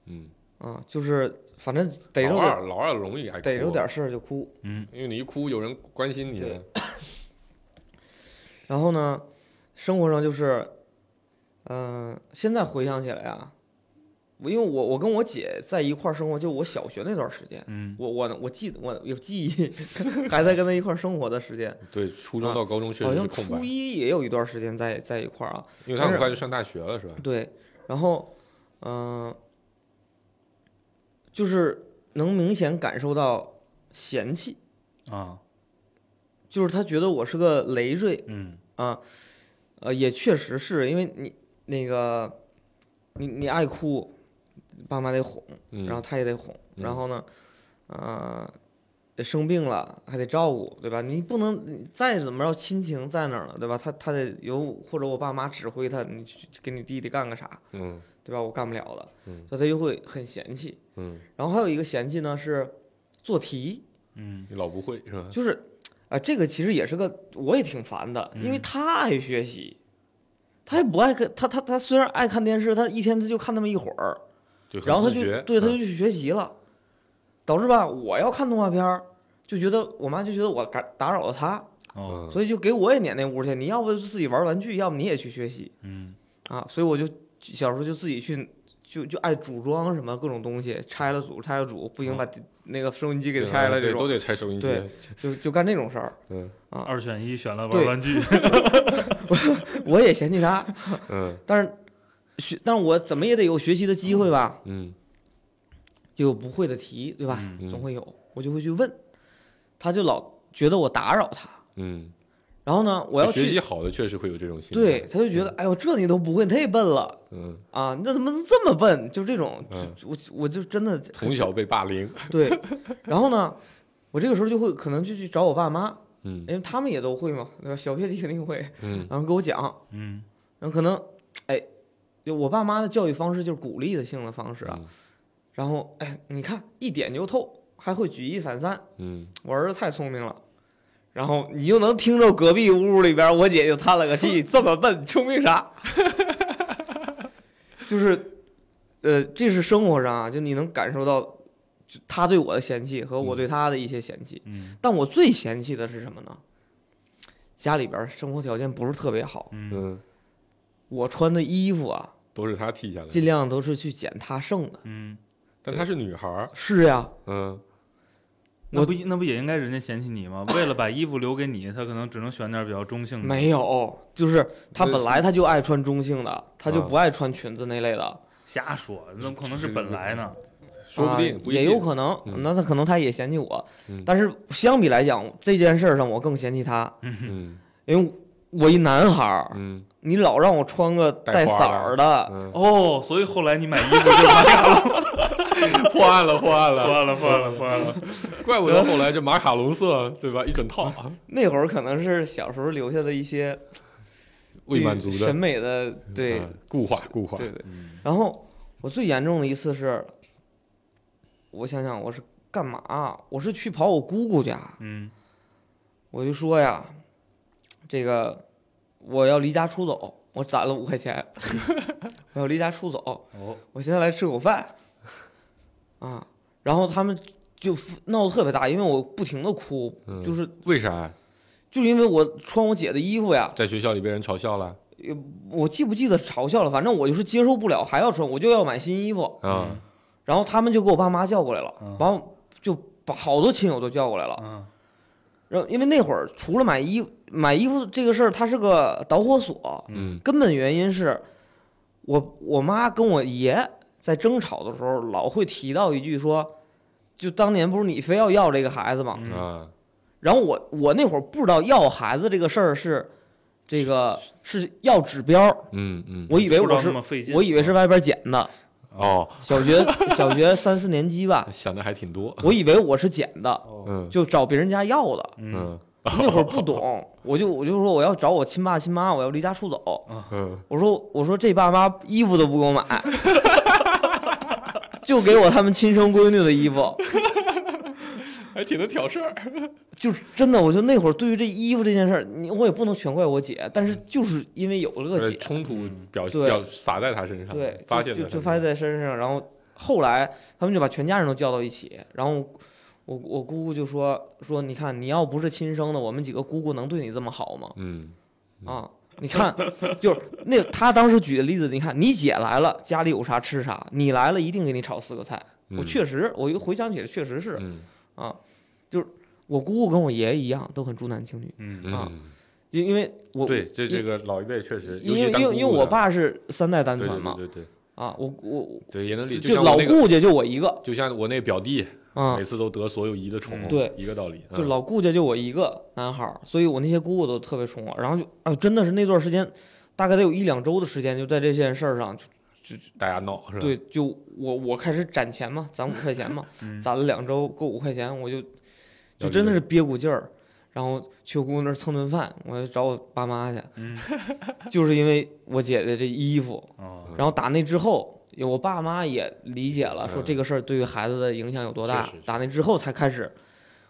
嗯，啊，就是反正逮着老点二老二容易挨逮着哭点事儿就哭。嗯因为你一哭，有人关心你。对然后呢，生活上就是，嗯、现在回想起来啊，我因为我我跟我姐在一块儿生活，就我小学那段时间，嗯我我我记得我有记忆， 还在跟她一块儿生活的时间，对，初中到高中确啊好实像是空白初，一也有一段时间在在一块儿啊，因为他很快就上大学了，是吧？对，然后，嗯、就是能明显感受到嫌弃，啊就是她觉得我是个累赘，嗯啊，呃，也确实是因为你那个，你你爱哭，爸妈得哄，嗯，然后他也得哄，然嗯后呢，呃，生病了还得照顾，对吧？你不能你再怎么着亲情在那儿了，对吧？他他得有或者我爸妈指挥他，你去给你弟弟干个啥，嗯对吧？我干不了的，嗯所以他就会很嫌弃。嗯，然后还有一个嫌弃呢是做题，嗯你老不会是吧？就是啊、这个其实也是个，我也挺烦的，因为嗯他爱学习，他也不爱看，他他他虽然爱看电视，他一天他就看那么一会儿，就很然后他自就觉对他就嗯去学习了，导致吧，我要看动画片儿，就觉得我妈就觉得我打打扰了她，哦嗯所以就给我也撵那屋去，你要不就自己玩玩具，要么你也去学习嗯啊，所以我就小时候就自己去。就就爱组装什么各种东西，拆了组拆了组，不行把那个收音机给嗯对拆了，这嗯对都种得拆收音机。对就就干这种事儿。嗯二选一选了玩对 玩具，我也嫌弃他，嗯但是学，但是我怎么也得有学习的机会吧？嗯就有不会的题，对吧？嗯嗯总会有，我就会去问，他就老觉得我打扰他，嗯，然后呢，我要学习去，好的确实会有这种心态。对，，他就觉得，哎呦，这你都不会，你太笨了嗯，啊！那怎么能这么笨？就这种，嗯就我我就真的从小被霸凌。 对，然后呢，我这个时候就会可能就去找我爸妈，嗯因为他们也都会嘛，对吧？小学肯定会，嗯然后给我讲，嗯然后可能，哎，就我爸妈的教育方式就是鼓励的性的方式啊。嗯然后哎，你看一点就透，还会举一反三，嗯，我儿子太聪明了。然后你就能听着隔壁屋里边我姐就叹了个气，这么笨，聪明啥？ 就是，呃，这是生活上啊，就你能感受到就他对我的嫌弃和我对他的一些嫌弃。嗯但我最嫌弃的是什么呢？家里边生活条件不是特别好，嗯嗯，我穿的衣服啊，都是他剃下来的尽，量都是去捡他剩的。嗯，但她是女孩儿，是呀、嗯，那不那不也应该人家嫌弃你吗？为了把衣服留给你，他可能只能选点比较中嗯性的。没有，就是他那本是来他就爱穿中性的，他就啊不爱穿裙子那类的。瞎说，那可能是本来呢。说不定啊不一也定有可能，嗯那他可能他也嫌弃我，嗯但是相比来讲，这件事儿上我更嫌弃他，嗯因为我一男孩儿，嗯你老让我穿个带带花色儿的，嗯，哦，所以后来你买衣服就玛卡龙，破案了，破 案了，换了换了换了。怪不得后来这马卡龙色，对吧？一整套啊那会儿可能是小时候留下的一些未满足对的审美的，对嗯固化固化，对对。嗯然后我最严重的一次是，我想想我是干嘛？我是去跑我姑姑家，嗯我就说呀，这个我要离家出走，我攒了五块 钱，我要离家出走，哦我现在来吃口饭，啊，然后他们就闹得特别大，因为我不停的哭，嗯就是为啥就是因为我穿我姐的衣服呀，在学校里被人嘲笑了我记不记得嘲笑了，反正我就是接受不了，还要穿，我就要买新衣服，啊？然后他们就给我爸妈叫过来了嗯，完我就把好多亲友都叫过来了。嗯然后因为那会儿除了买衣服买衣服这个事儿，它是个导火索，嗯根本原因是我我妈跟我爷在争吵的时候，老会提到一句说，就当年不是你非要要这个孩子吗？嗯啊，然后我我那会儿不知道要孩子这个事儿是这个是要指标，嗯嗯，我以为不知我道那是么费劲，我以为是外边捡的，哦，小 学小学三四年级吧，想的还挺多， 我以为我是捡的，哦。嗯就找别人家要的。嗯嗯那会儿不懂，我就我就说我要找我亲爸亲妈，我要离家出走。嗯，我说我说这爸妈衣服都不给我买， 就给我他们亲生闺女的衣服，还挺能挑事儿，就是真的，我就那会儿对于这衣服这件事儿，你我也不能全怪我姐，但是就是因为有了个姐，呃冲突嗯表对表洒在他身上，对，就发现就在就他发现身上在身上，然后后来他们就把全家人都叫到一起，然后我我姑姑就说说你看你要不是亲生的，我们几个姑姑能对你这么好吗？嗯啊，你看，就是那他当时举的例子，你看你姐来了，家里有啥吃啥，你来了一定给你炒四个菜。嗯我确实，我又回想起来，确实是嗯啊，就是我姑姑跟我爷爷一样，都很重男轻女，嗯啊嗯，因因为我对，这这因个老一辈确实，尤因其为当因姑为因为姑我的爸是三代单对传对嘛对对啊，我我对，也能理，就就就像我老那个，顾家就我一个就像我那表弟，啊每，次都得所有姨的宠，嗯对一个道理，就嗯老顾家就我一个男孩儿，所以我那些姑姑都特别宠我，然后就啊，真的是那段时间，大概得有一两周的时间，就在这件事儿上就大家闹是吧？对，就我我开始攒钱嘛，攒五块钱嘛。 嗯，攒了两周，够五块钱，我就要就离真的了是憋股劲儿，然后去我姑姑那儿蹭顿饭，我就找我爸妈去，嗯 就是因为我姐姐这衣服。嗯哦，然后打那之后，也我爸妈也理解了，说嗯这个事儿对于孩子的影响有多大是是是。打那之后才开始，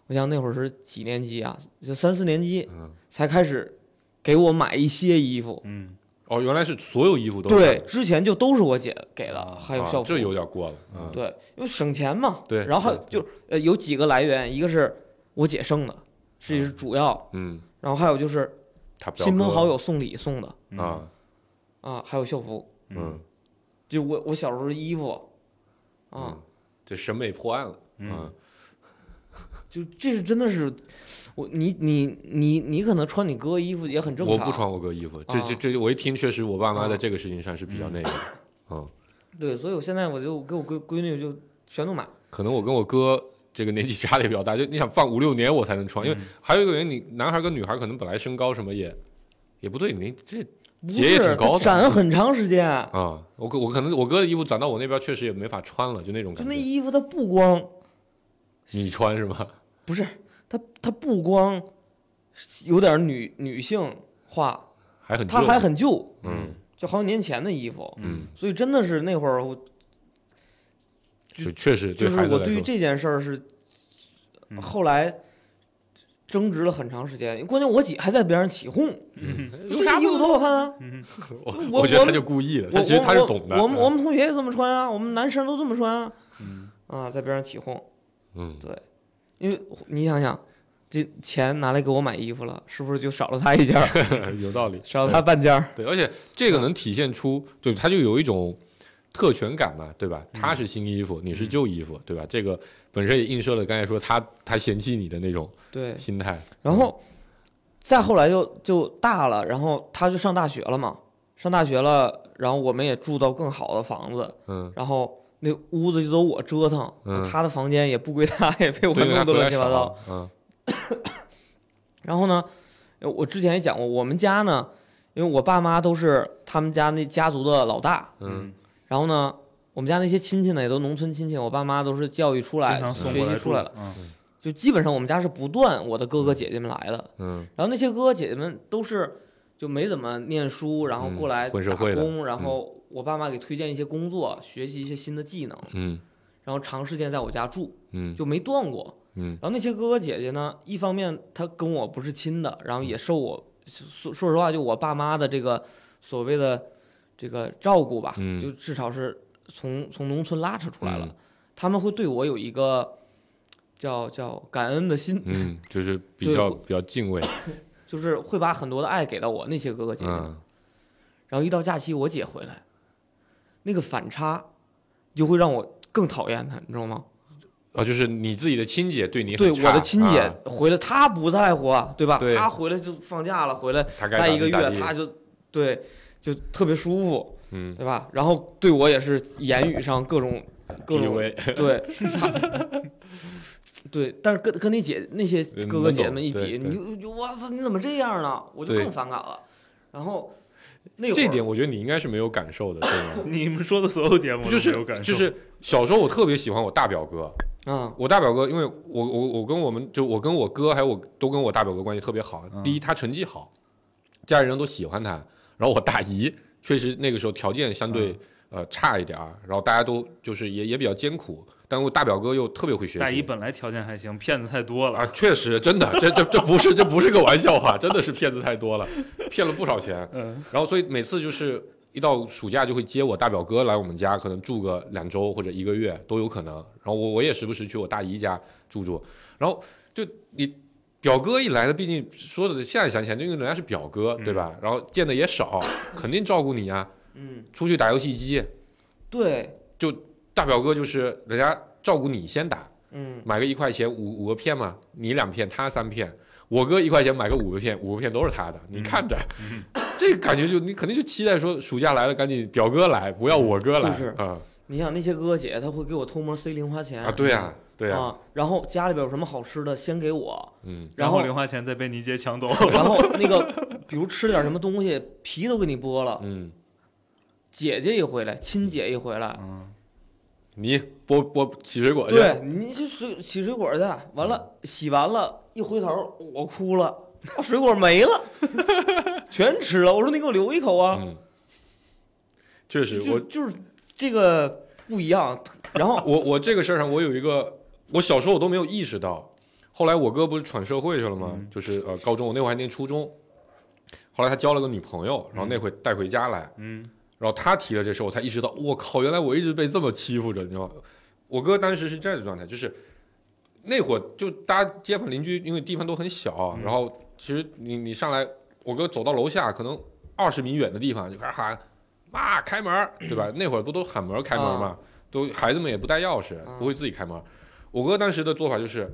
我想那会儿是几年级啊？就三四年级嗯，才开始给我买一些衣服。嗯哦，原来是所有衣服都是对，之前就都是我姐给的啊，还有啊校服。这有点过了，嗯，对，因为省钱嘛。对然后还有对就是呃，有几个来源，一个是我姐剩的，这是主要，嗯，然后还有就是他表亲朋哥好友啊送礼送的啊，啊，还有校服，嗯嗯就我我小时候的衣服啊，嗯，这审美破案了，啊嗯，就这是真的是我你你你你可能穿你哥衣服也很正我常，不穿我哥衣服，这这啊这，我一听确实我爸妈在这个事情上是比较那个的，嗯，对，所以我现在我就给我闺闺女就全都买，可能我跟我哥。这个年纪差的也比较大， 就你想放五六年我才能穿，因为嗯还有一个原因，你男孩跟女孩可能本来身高什么也也不对，你这不姐也是挺高她的攒很长时间，啊，我可我可能我哥的衣服攒到我那边确实也没法穿了，就那种就感那觉。衣服它不光你穿是吗？ 不是，它它不光有点女女性化，还很它旧还很旧，嗯就好几年前的衣服，嗯所以真的是那会儿我就确实就是孩子我来对于说这件事儿是嗯后来争执了很长时间，关键我姐还在边上起哄，嗯有这啥个衣不服多好看啊！嗯，我我觉得我他就故意的，我他其实我他是我懂的。嗯我们我们同学也这么穿啊，我们男生都这么穿啊，嗯啊，在边上起哄，嗯，因为你想想，这钱拿来给我买衣服了，是不是就少了他一件 儿，嗯有道理。少了他半件儿？对，而且这个能体现出，对，他就有一种特权感嘛，对嗯吧？他是新衣服，你是旧衣服，对吧？这个本身也映射了刚才说他他嫌弃你的那种对，心态。然后再后来就就大了，然后他就上大学了嘛，上大学了，然后我们也住到更好的房子，嗯，然后那屋子就都我折腾，嗯他的房间也不归他，也被我对，弄他得回乱来七八糟。少，嗯然后呢，呃我之前也讲过，我们家呢，因为我爸妈都是他们家那家族的老大，嗯，然后呢，我们家那些亲戚呢也都农村亲戚，我爸妈都是教育出经来、常送哎学过习来出来了，嗯就基本上我们家是不断我的哥哥姐姐们来的，嗯然后那些哥哥姐姐们都是就没怎么念书，然后过来嗯打混社会的工，然后我爸妈给推荐一些工作，学习一些新的技能，嗯然后长时间在我家住，嗯就没断过。嗯然后那些哥哥姐姐呢，一方面他跟我不是亲的，然后也受我说说实话，就我爸妈的这个所谓的这个照顾吧，嗯就至少是从从农村拉扯出来了，嗯他们会对我有一个叫叫感恩的心，嗯，就是比对较会比较敬畏，就是会把很多的爱给到我那些哥哥姐姐。嗯然后一到假期我姐回来，那个反差就会让我更讨厌她，你知道吗？啊，就是你自己的亲姐对你很对，我差的亲姐啊回来，她不在乎，啊，对吧？对她回来就放假了，回来他该待咋一个地咋月，地她就对，就特别舒服，嗯对吧？然后对我也是言语上各 种各种 PUA 对， 对，但是跟跟那姐那些嗯哥哥能姐懂们一对比，对你就就我操，你怎么这样呢？我就对更反感了。然后那会这儿点我觉得你应该是没有感受的，对 吗？你们说的所有点我不都就没有是感就受，是小时候我特别喜欢我大表哥，嗯我大表哥，因为我我我跟我们就我跟我哥还有我都跟我大表哥关系特别好。嗯第一，他成绩好，家里人都喜欢他。然后我大姨确实那个时候条件相对、呃差一点儿，然后大家都就是也也比较艰苦，但我大表哥又特别会学习。大姨本来条件还行，骗子太多了啊，，确实，真的，这这这不是这不是个玩笑话，真的是骗子太多了，骗了不少钱。嗯然后所以每次就是一到暑假就会接我大表哥来我们家，可能住个两周或者一个月都有可能。然后我我也时不时去我大姨家住住。然后就你表哥一来呢，毕竟说的现在想起来，因为人家是表哥，对吧？然后见的也少，肯定照顾你啊。嗯，出去打游戏机，对，大表哥就是人家照顾你先打，嗯买个一块钱五五个片嘛，你两片，他三片。我哥一块钱买个五个片，五个片都是他的，你看着，这个感觉就你肯定就期待说暑假来了，赶紧表哥来，不要我哥来，就是啊、你想那些哥哥姐姐，她会给我偷摸塞零花钱啊，对呀、对呀、啊然后家里边有什么好吃的先给我，嗯，然后后零花钱再被倪姐抢走，然后那个比如吃点什么东西，皮都给你剥了。嗯，姐姐一回来，亲姐一回来， 嗯你剥剥洗水果去，对，你去水洗水果去，完了嗯洗完了，一回头我哭了，啊水果没了， 全吃了。我说你给我留一口啊，嗯，确实，就嗯我就是这个不一样。然后我 我这个事儿上，我有一个，我小时候我都没有意识到。后来我哥不是闯社会去了吗？嗯就是呃，高中我那会儿还念初中。后来他交了个女朋友，然后那会带回家来，嗯然后他提了这事儿，我才意识到，我靠，原来我一直被这么欺负着，你知道吗？我哥当时是这样的状态，就是那会儿就大家街坊邻居，因为地方都很小，嗯然后其实你你上来，我哥走到楼下可能二十米远的地方就开始喊妈开门儿，对吧？那会儿不都喊门儿开门儿嘛，都孩子们也不带钥匙，啊不会自己开门儿。我哥当时的做法就是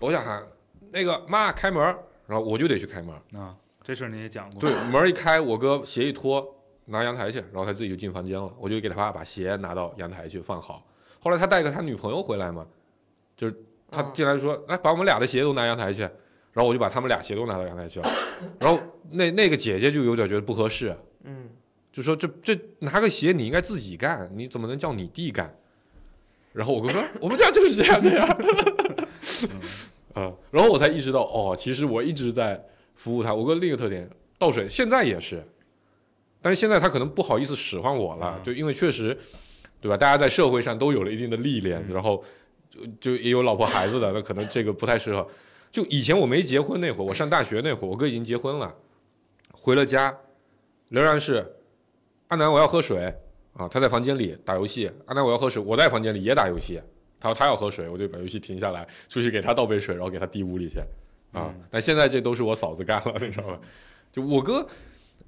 楼下喊那个妈开门儿，然后我就得去开门儿。啊，这事儿你也讲过，对，门一开，我哥鞋一脱，拿阳台去，然后他自己就进房间了。我就给他爸把鞋拿到阳台去放好。后来他带个他女朋友回来嘛，他啊进来说：“来，把我们俩的鞋都拿阳台去。”然后我就把他们俩鞋都拿到阳台去了。然后那那个姐姐就有点觉得不合适，嗯，就说这这拿个鞋你应该自己干，你怎么能叫你弟干？然后我哥说我们家就是这样的呀， 啊，然后我才意识到哦，其实我一直在服务他。我哥另一个特点倒水，现在也是，但是现在他可能不好意思使唤我了，嗯就因为确实对吧？大家在社会上都有了一定的历练，然后就就也有老婆孩子的， 那可能这个不太适合。就以前我没结婚那会儿，我上大学那会儿，我哥已经结婚了，回了家仍然是阿南，我要喝水啊，他在房间里打游戏，阿南我要喝水，我在房间里也打游戏，他说他要喝水，我就把游戏停下来，出去给他倒杯水，然后给他递屋里去啊。但现在这都是我嫂子干了，你知道吧？就我哥，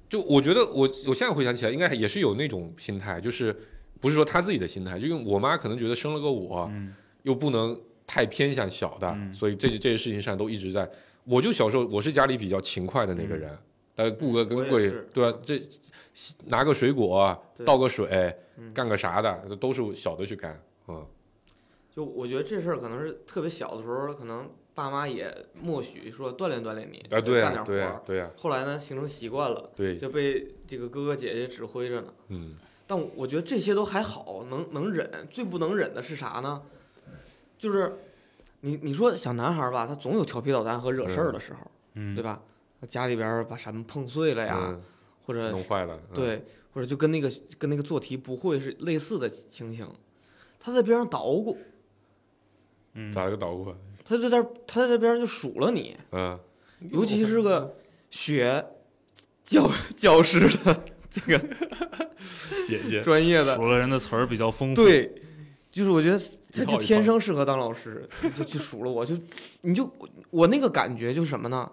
就我觉得我我现在回想起来，应该也是有那种心态，就是不是说他自己的心态，就因为我妈可能觉得生了个我，嗯又不能太偏向小的，嗯所以这这些事情上都一直在。我就小时候我是家里比较勤快的那个人，嗯但顾哥跟我贵也是对吧、啊这拿个水果对倒个水、嗯干个啥的，这都是小的去干。嗯，就我觉得这事儿可能是特别小的时候，可能爸妈也默许说锻炼锻炼你，啊，就对干啊点，活对啊儿。，对啊，后来呢，形成习惯了，对，就被这个哥哥姐姐指挥着呢。嗯，但我觉得这些都还好，能能忍。最不能忍的是啥呢？就是你你说小男孩儿吧，他总有调皮捣蛋和惹事儿的时候，嗯，对吧？家里边儿把什么碰碎哎了呀，嗯或者弄坏了，嗯，对，或者就跟那个跟那个做题不会是类似的情形。他在边上捣鼓，嗯咋个捣鼓？他就在那儿他在边上就数了你，嗯，尤其是个学教 教师的姐姐，专业的，除了人的词儿比较丰富，，对，就是我觉得他一套就一天套生适合当老师，就就数了我就你就我那个感觉就是什么呢？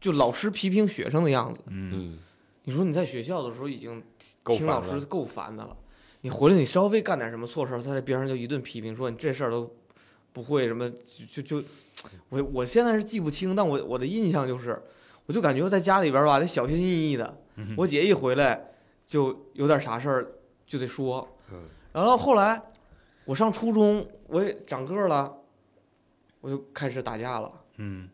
就老师批评学生的样子。嗯嗯，你说你在学校的时候已经够听烦老师了，够烦的了，你回来你稍微干点什么错事儿，他在边上就一顿批评，说你这事儿都不会什么，就就就我我现在是记不清，但我我的印象就是，我就感觉在家里边儿吧得小心翼翼的，嗯我姐一回来就有点啥事儿就得说，嗯然后后来我上初中我也长个儿了，我就开始打架了，嗯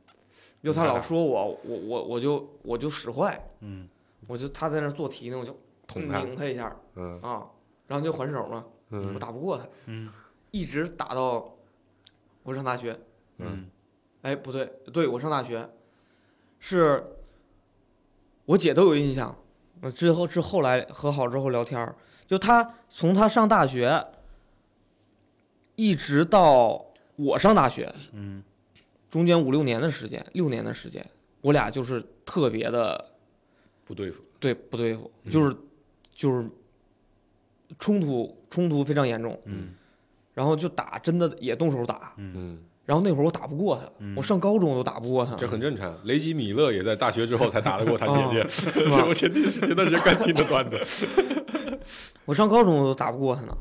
就他你打老架说我我我我就我就使坏，嗯我就他在那儿做题呢，我就捅他，拧他一下儿嗯啊，然后就还手嘛。我嗯打不过他，嗯一直打到我上大学。嗯嗯哎，不对，对我上大学，是我姐都有印象。呃，之后是后来和好之后聊天儿，就她从她上大学一直到我上大学，嗯中间五六年的时间，六年的时间，我俩就是特别的不对付，对不对付，就是、就是冲突冲突非常严重，嗯然后就打，真的也动手打，嗯，然后那会儿我打不过他，嗯我上高中我都打不过他，这很正常。雷吉米勒也在大学之后才打得过他姐姐，吧是我前天前段时间刚听的段 子。我上高中我都打不过他呢。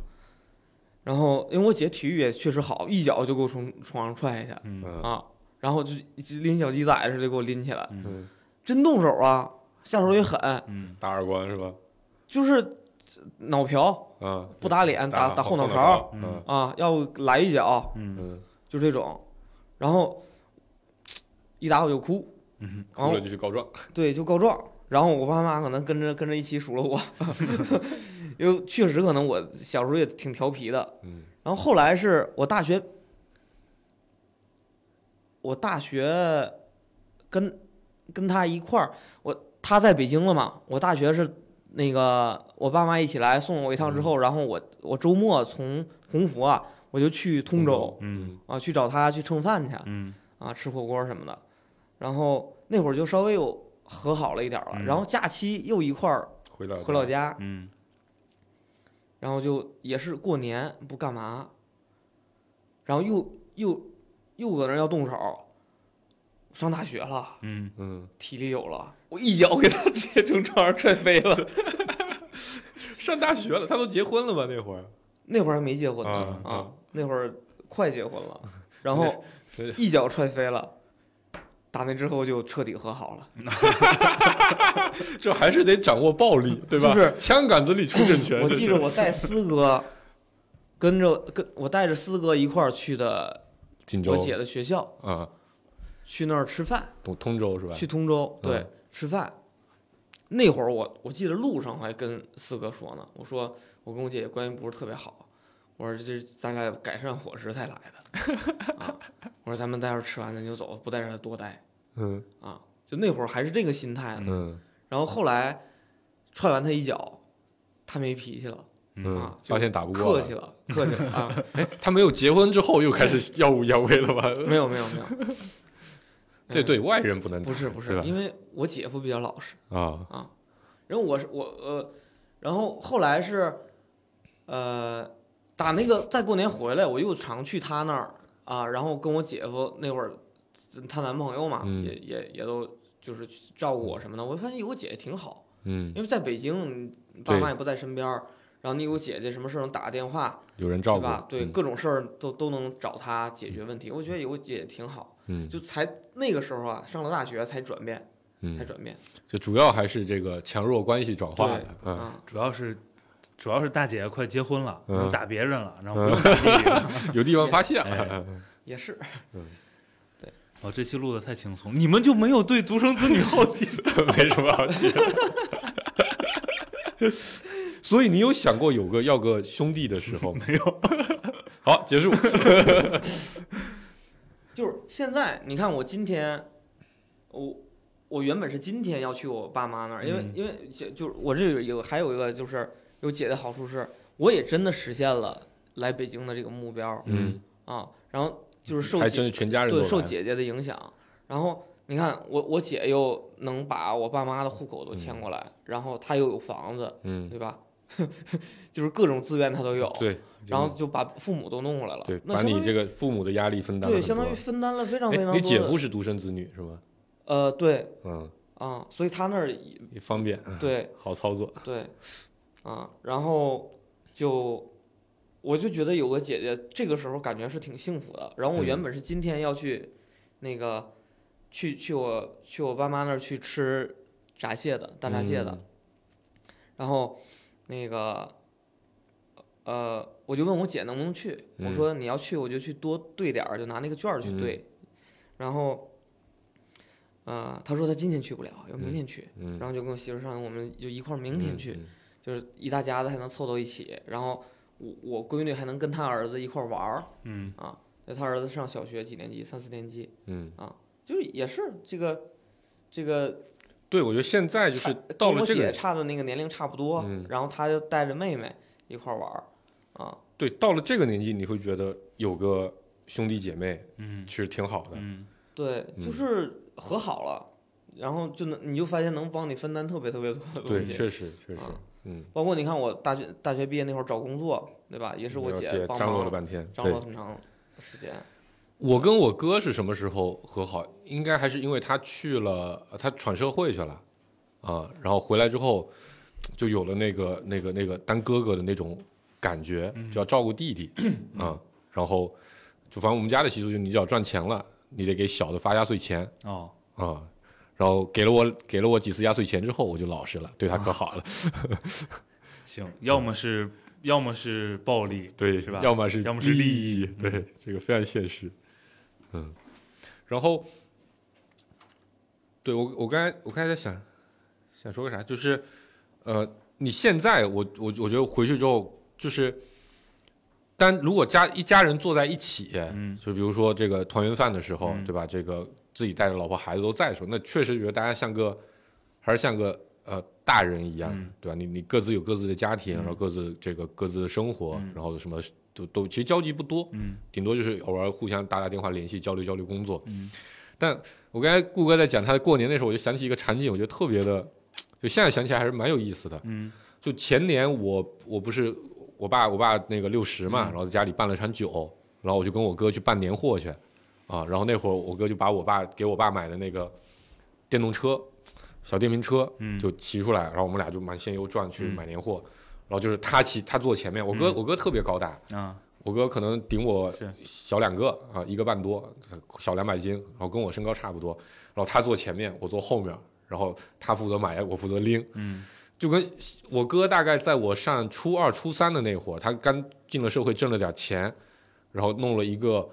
然后因为我姐体育也确实好，一脚就给我从床上踹下去嗯嗯啊，然后就就拎小鸡崽似的给我拎起来，嗯嗯，真动手啊，下手也狠，嗯打耳光是吧？就是脑瓢啊，不打脸，打打后脑脑勺嗯啊，要不来一脚嗯嗯，就这种，然后一打我就哭，嗯然后哭了就去告状。对，就告状。然后我爸妈可能跟着跟着一起数落我， 因为确实可能我小时候也挺调皮的。嗯然后后来是我大学，我大学跟跟他一块儿，我他在北京了嘛，我大学是那个我爸妈一起来送我一趟之后，然后我我周末从鸿福啊，我就去通州嗯啊去找他去蹭饭去。嗯啊，吃火锅什么的。然后那会儿就稍微有和好了一点儿了。嗯然后假期又一块儿回老回老家，嗯然后就也是过年不干嘛，然后又又又搁那儿要动手。上大学了，嗯嗯，体力有了，我一脚给他直接从床上踹飞了。上大学了，他都结婚了吧？那会儿那会儿还没结婚呢啊啊啊，那会儿快结婚了，然后一脚踹飞了。打那之后就彻底和好了。这还是得掌握暴力，对吧？就是枪杆子里出政权。我记着我带四哥，跟着跟我带着四哥一块儿去的锦州我姐的学校，啊，去那儿吃饭，通通州是吧？去通州，对，嗯吃饭。那会儿我我记得路上还跟四哥说呢，我说我跟我姐姐关系不是特别好，我说这咱俩改善伙食才来的啊，我说咱们待会儿吃完咱就走，不在这儿多待嗯啊。就那会儿还是这个心态呢，嗯然后后来踹完他一脚，他没脾气了，啊嗯，就发现打不过客了哎气了，客气了啊，他没有结婚之后又开始耀武扬威了吧？ 没有没有没有，这嗯对外人不能打不是不对是吧，因为我姐夫比较老实，啊，然后我是我呃，然后后来是，呃，打那个在过年回来，我又常去他那儿啊，然后跟我姐夫那会儿，她男朋友嘛，嗯也也也都就是去照顾我什么的。我发现有个姐姐挺好，嗯，因为在北京，你爸对妈也不在身边儿，然后你有个姐姐，什么事儿能打个电话，有人照对顾吧？，对，嗯各种事儿都都能找她解决问题。我觉得有个姐姐挺好，嗯就才那个时候啊，上了大学才转变，才嗯，转变就主要还是这个强弱关系转化的，嗯，啊。主要是主要是大姐快结婚了，嗯能打别人了，然后不用打弟弟了。有地方发泄哎了，嗯也是，哦，这期录的太轻松，你们就没有对独生子女好奇？ 没什么好气的。所以你有想过有个要个兄弟的时候 吗？没有。好，结束。就是现在，你看我今天，我我原本是今天要去我爸妈那儿，因为、嗯因为就就是我这有有还有一个就是有姐的好处是，我也真的实现了来北京的这个目标嗯，啊，然后就是受还姐真是全家人都对来受姐姐的影响，然后你看我我姐又能把我爸妈的户口都迁过来，然后她又有房子，嗯，对吧？ 就是各种资源她都有，对，然后就把父母都弄过来了，对，哦那把相当你于这个父母的压力分担了对很相当于多分担了非常哎非常多的。你姐夫是独生子女是吧？呃对。嗯，啊、所以他那儿也也方便，对 好操作。对，啊、然后就我就觉得有个姐姐，这个时候感觉是挺幸福的。然后我原嗯本是今天要去那个去去我去我爸妈那儿去吃炸蟹的大闸蟹的，嗯然后那个呃，我就问我姐能不能去，我嗯说你要去我就去多兑点儿，就拿那个券儿去嗯兑，然后。呃，她说她今天去不了，要明嗯天去。嗯，然后就跟我媳妇商量，我们就一块儿明天嗯去，，就是一大家子还能凑到一起。然后我我闺女还能跟她儿子一块儿玩儿， 嗯，就她儿子上小学几年级，三四年级，嗯，嗯就是也是这个这个对，我觉得现在就是到跟了我这姐个，差的那个年龄差不多，嗯然后她就带着妹妹一块儿玩儿啊，对，到了这个年纪，你会觉得有个兄弟姐妹嗯其实挺好的。嗯，对，嗯就是和好了，然后就能你就发现能帮你分担特别特别多的对，东西。确实确实啊，嗯，包括你看，我大学大学毕业那会儿找工作，对吧？也是我要姐也帮张罗了忙半天。张对罗，很长时间。我跟我哥是什么时候和好？应该还是因为他去了，呃他闯社会去了，啊，然后回来之后就有了那个那个那个当哥哥的那种感觉，嗯就要照顾 弟弟啊。然后就反正我们家的习俗就是，你只要赚钱了，你得给小的发压岁钱，哦，啊、然后给了我给了我几次压岁钱之后，我就老实了，对他可好了，行，要么是要么是暴力，对，是吧要么是要么是利嗯益，对，这个非常现实，嗯，然后，对我我刚才我刚才在想想说个啥，就是呃，你现在我我我觉得回去之后就是。但如果家一家人坐在一起，嗯就比如说这个团圆饭的时候，嗯对吧？这个自己带着老婆孩子都在的时候，那确实觉得大家像个还是像个呃大人一样，嗯对吧？你你各自有各自的家庭，嗯然后各自这个各自的生活，嗯然后什么都都其实交集不多，嗯顶多就是偶尔互相打打电话联系交流交流工作。嗯但我刚才顾哥在讲他的过年那时候，我就想起一个场景，我觉得特别的，就现在想起来还是蛮有意思的。嗯就前年我我不是我爸我爸那个六十嘛，嗯然后在家里办了场酒，然后我就跟我哥去办年货去，啊，然后那会儿我哥就把我爸给我爸买的那个电动车，小电瓶车嗯，就骑出来，然后我们俩就满县游转去嗯买年货，然后就是他骑他坐前面，我哥嗯我哥特别高大，啊，我哥可能顶我是小两个啊，一个半多，小两百斤，然后跟我身高差不多，然后他坐前面，我坐后面，然后他负责买，我负责拎。嗯就跟我哥大概在我上初二、初三的那会儿，他刚进了社会，挣了点钱，然后弄了一个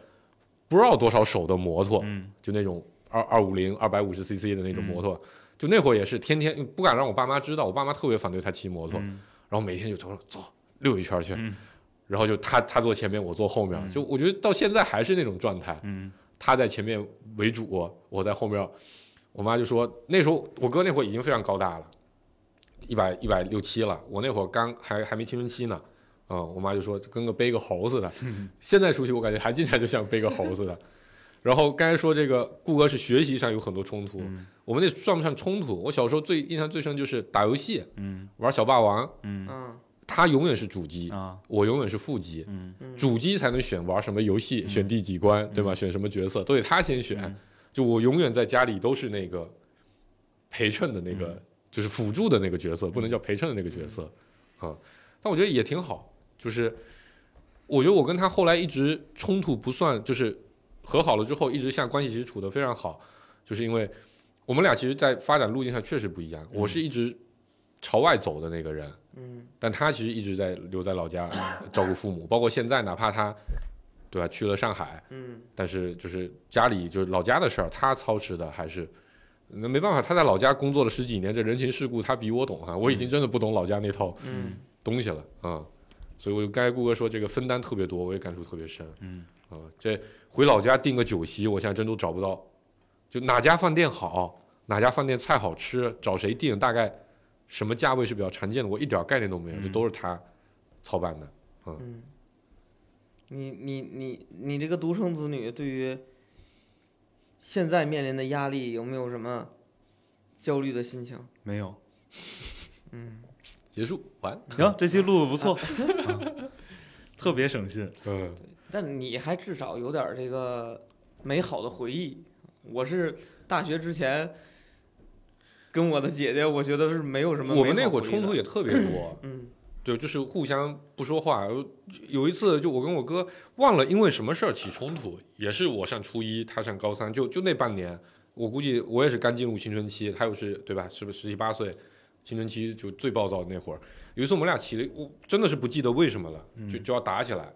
不知道多少手的摩托，嗯就那种二二五零、二百五十 CC 的那种摩托。就那会儿也是天天不敢让我爸妈知道，我爸妈特别反对他骑摩托，嗯然后每天就他说走溜一圈去，嗯然后就他他坐前面，我坐后面，嗯就我觉得到现在还是那种状态。嗯他在前面为主，我在后面。我妈就说，那时候我哥那会儿已经非常高大了，一百一百六七了，我那会儿刚还还没青春期呢，啊、我妈就说就跟个背个猴似的。嗯 现在出去我感觉还进来就像背个猴似的。然后刚才说这个顾哥是学习上有很多冲突，嗯我们那算不上冲突。我小时候最印象最深就是打游戏，嗯玩小霸王，嗯嗯他永远是主机，啊我永远是副机。嗯嗯，主机才能选玩什么游戏，选第几关，对吧？选什么角色都得他先选。嗯就我永远在家里都是那个陪衬的那个，嗯就是辅助的那个角色，不能叫陪衬的那个角色嗯啊、但我觉得也挺好，就是我觉得我跟他后来一直冲突不算，就是和好了之后，一直像关系其实处得非常好，就是因为我们俩其实，在发展路径上确实不一样。我嗯是一直朝外走的那个人，嗯但他其实一直在留在老家照顾父母，包括现在，哪怕他对吧去了上海，嗯但是就是家里就是老家的事儿，他操持的还是那没办法，他在老家工作了十几年，这人情世故他比我懂哈、啊我已经真的不懂老家那套嗯东西了啊、嗯所以我就刚才顾哥说这个分担特别多，我也感触特别深嗯啊、这回老家订个酒席，我现在真都找不到，就哪家饭店好，哪家饭店菜好吃，找谁订，大概什么价位是比较常见的，我一点概念都没有，嗯这都是他操办的。嗯，你你你你这个独生子女对于现在面临的压力有没有什么焦虑的心情？没有。嗯结束完，行，这期录的不错， 啊特别省心。嗯，但你还至少有点儿这个美好的回忆。我是大学之前跟我的姐姐，我觉得是没有什么我们美那好会儿回忆冲的突，也特别多。 嗯对，就是互相不说话。有有一次，就我跟我哥忘了因为什么事儿起冲突，也是我上初一，他上高三，就就那半年，我估计我也是刚进入青春期，他又是对吧？是不是十七八岁，青春期就最暴躁的那会儿。有一次我们俩起了，我真的是不记得为什么了，就就要打起来。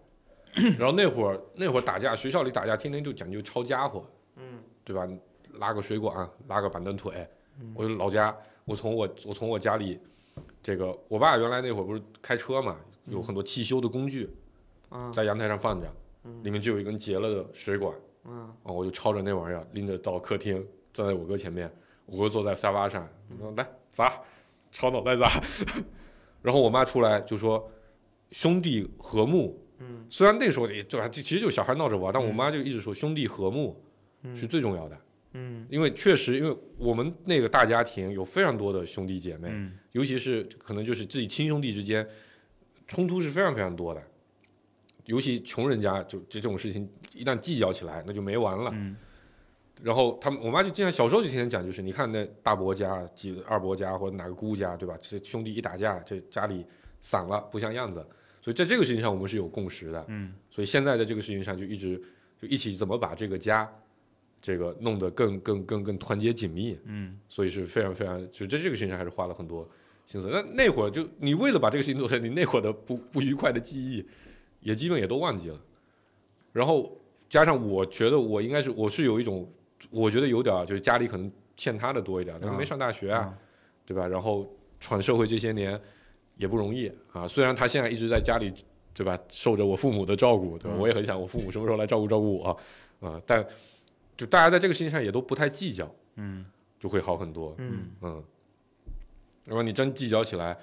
然后那会儿那会儿打架，学校里打架天天就讲究抄家伙，嗯对吧？拉个水管，拉个板凳腿。我就老家，我从我我从我家里，这个我爸原来那会儿不是开车嘛，嗯有很多汽修的工具啊在阳台上放着，嗯里面就有一根结了的水管，啊啊，我就抄着那玩意儿，拎着到客厅，站在我哥前面，我哥坐在沙发上，嗯我说来砸，抄脑袋砸。 然后我妈出来就说，兄弟和睦。嗯，虽然那时候也就就其实就小孩闹着玩，但我妈就一直说兄弟和睦是最重要的，嗯因为确实因为我们那个大家庭有非常多的兄弟姐妹，嗯尤其是可能就是自己亲兄弟之间冲突是非常非常多的，尤其穷人家就这这种事情一旦计较起来，那就没完了。嗯然后他们我妈就经常小时候就天天讲，就是你看那大伯家、几二伯家或者哪个姑家，对吧？这兄弟一打架，这家里散了不像样子。所以在这个事情上，我们是有共识的。嗯所以现在在这个事情上就一直就一起怎么把这个家这个弄得更更更更团结紧密。嗯所以是非常非常，就在这个事情上还是花了很多心思。那那会儿就你为了把这个事情做成，你那会儿的不不愉快的记忆也基本也都忘记了。然后加上我觉得我应该是我是有一种，我觉得有点儿就是家里可能欠他的多一点儿，他没上大学啊，啊对吧？然后闯社会这些年也不容易啊。虽然他现在一直在家里，对吧，受着我父母的照顾，对吧？嗯我也很想我父母什么时候来照顾照顾我啊、但就大家在这个事情上也都不太计较，嗯就会好很多。嗯嗯，如果你真计较起来，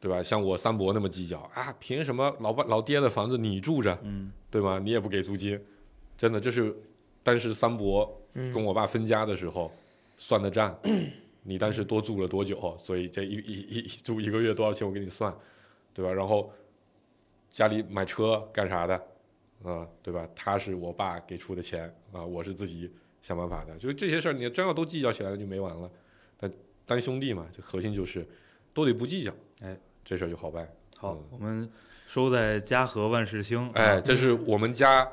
对吧？像我三伯那么计较啊，凭什么老爸老爹的房子你住着，嗯对吗？你也不给租金，真的，这是当时三伯嗯跟我爸分家的时候算的账。你当时多住了多久？所以这一一一一住一个月多少钱，我给你算，对吧？然后家里买车干啥的，啊、对吧？他是我爸给出的钱啊、我是自己想办法的。就是这些事儿，你真要都计较起来了就没完了。但当兄弟嘛，这核心就是都得不计较，哎，这事儿就好办。好嗯，我们收在家和万事兴。啊哎，这是我们家，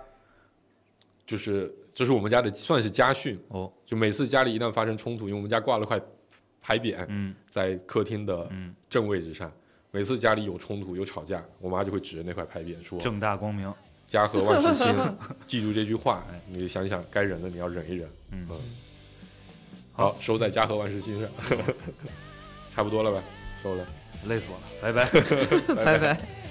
就是这是我们家的算是家训哦。就每次家里一旦发生冲突，因为我们家挂了块牌匾嗯在客厅的嗯，正位置上，每次家里有冲突有吵架，我妈就会指着那块牌匾说正大光明。 “家和万事 兴”，记住这句话，你想想该忍的你要忍一忍。哎嗯好，收在“家和万事兴” 上，差不多了吧？收了。累死我了，拜拜。拜拜。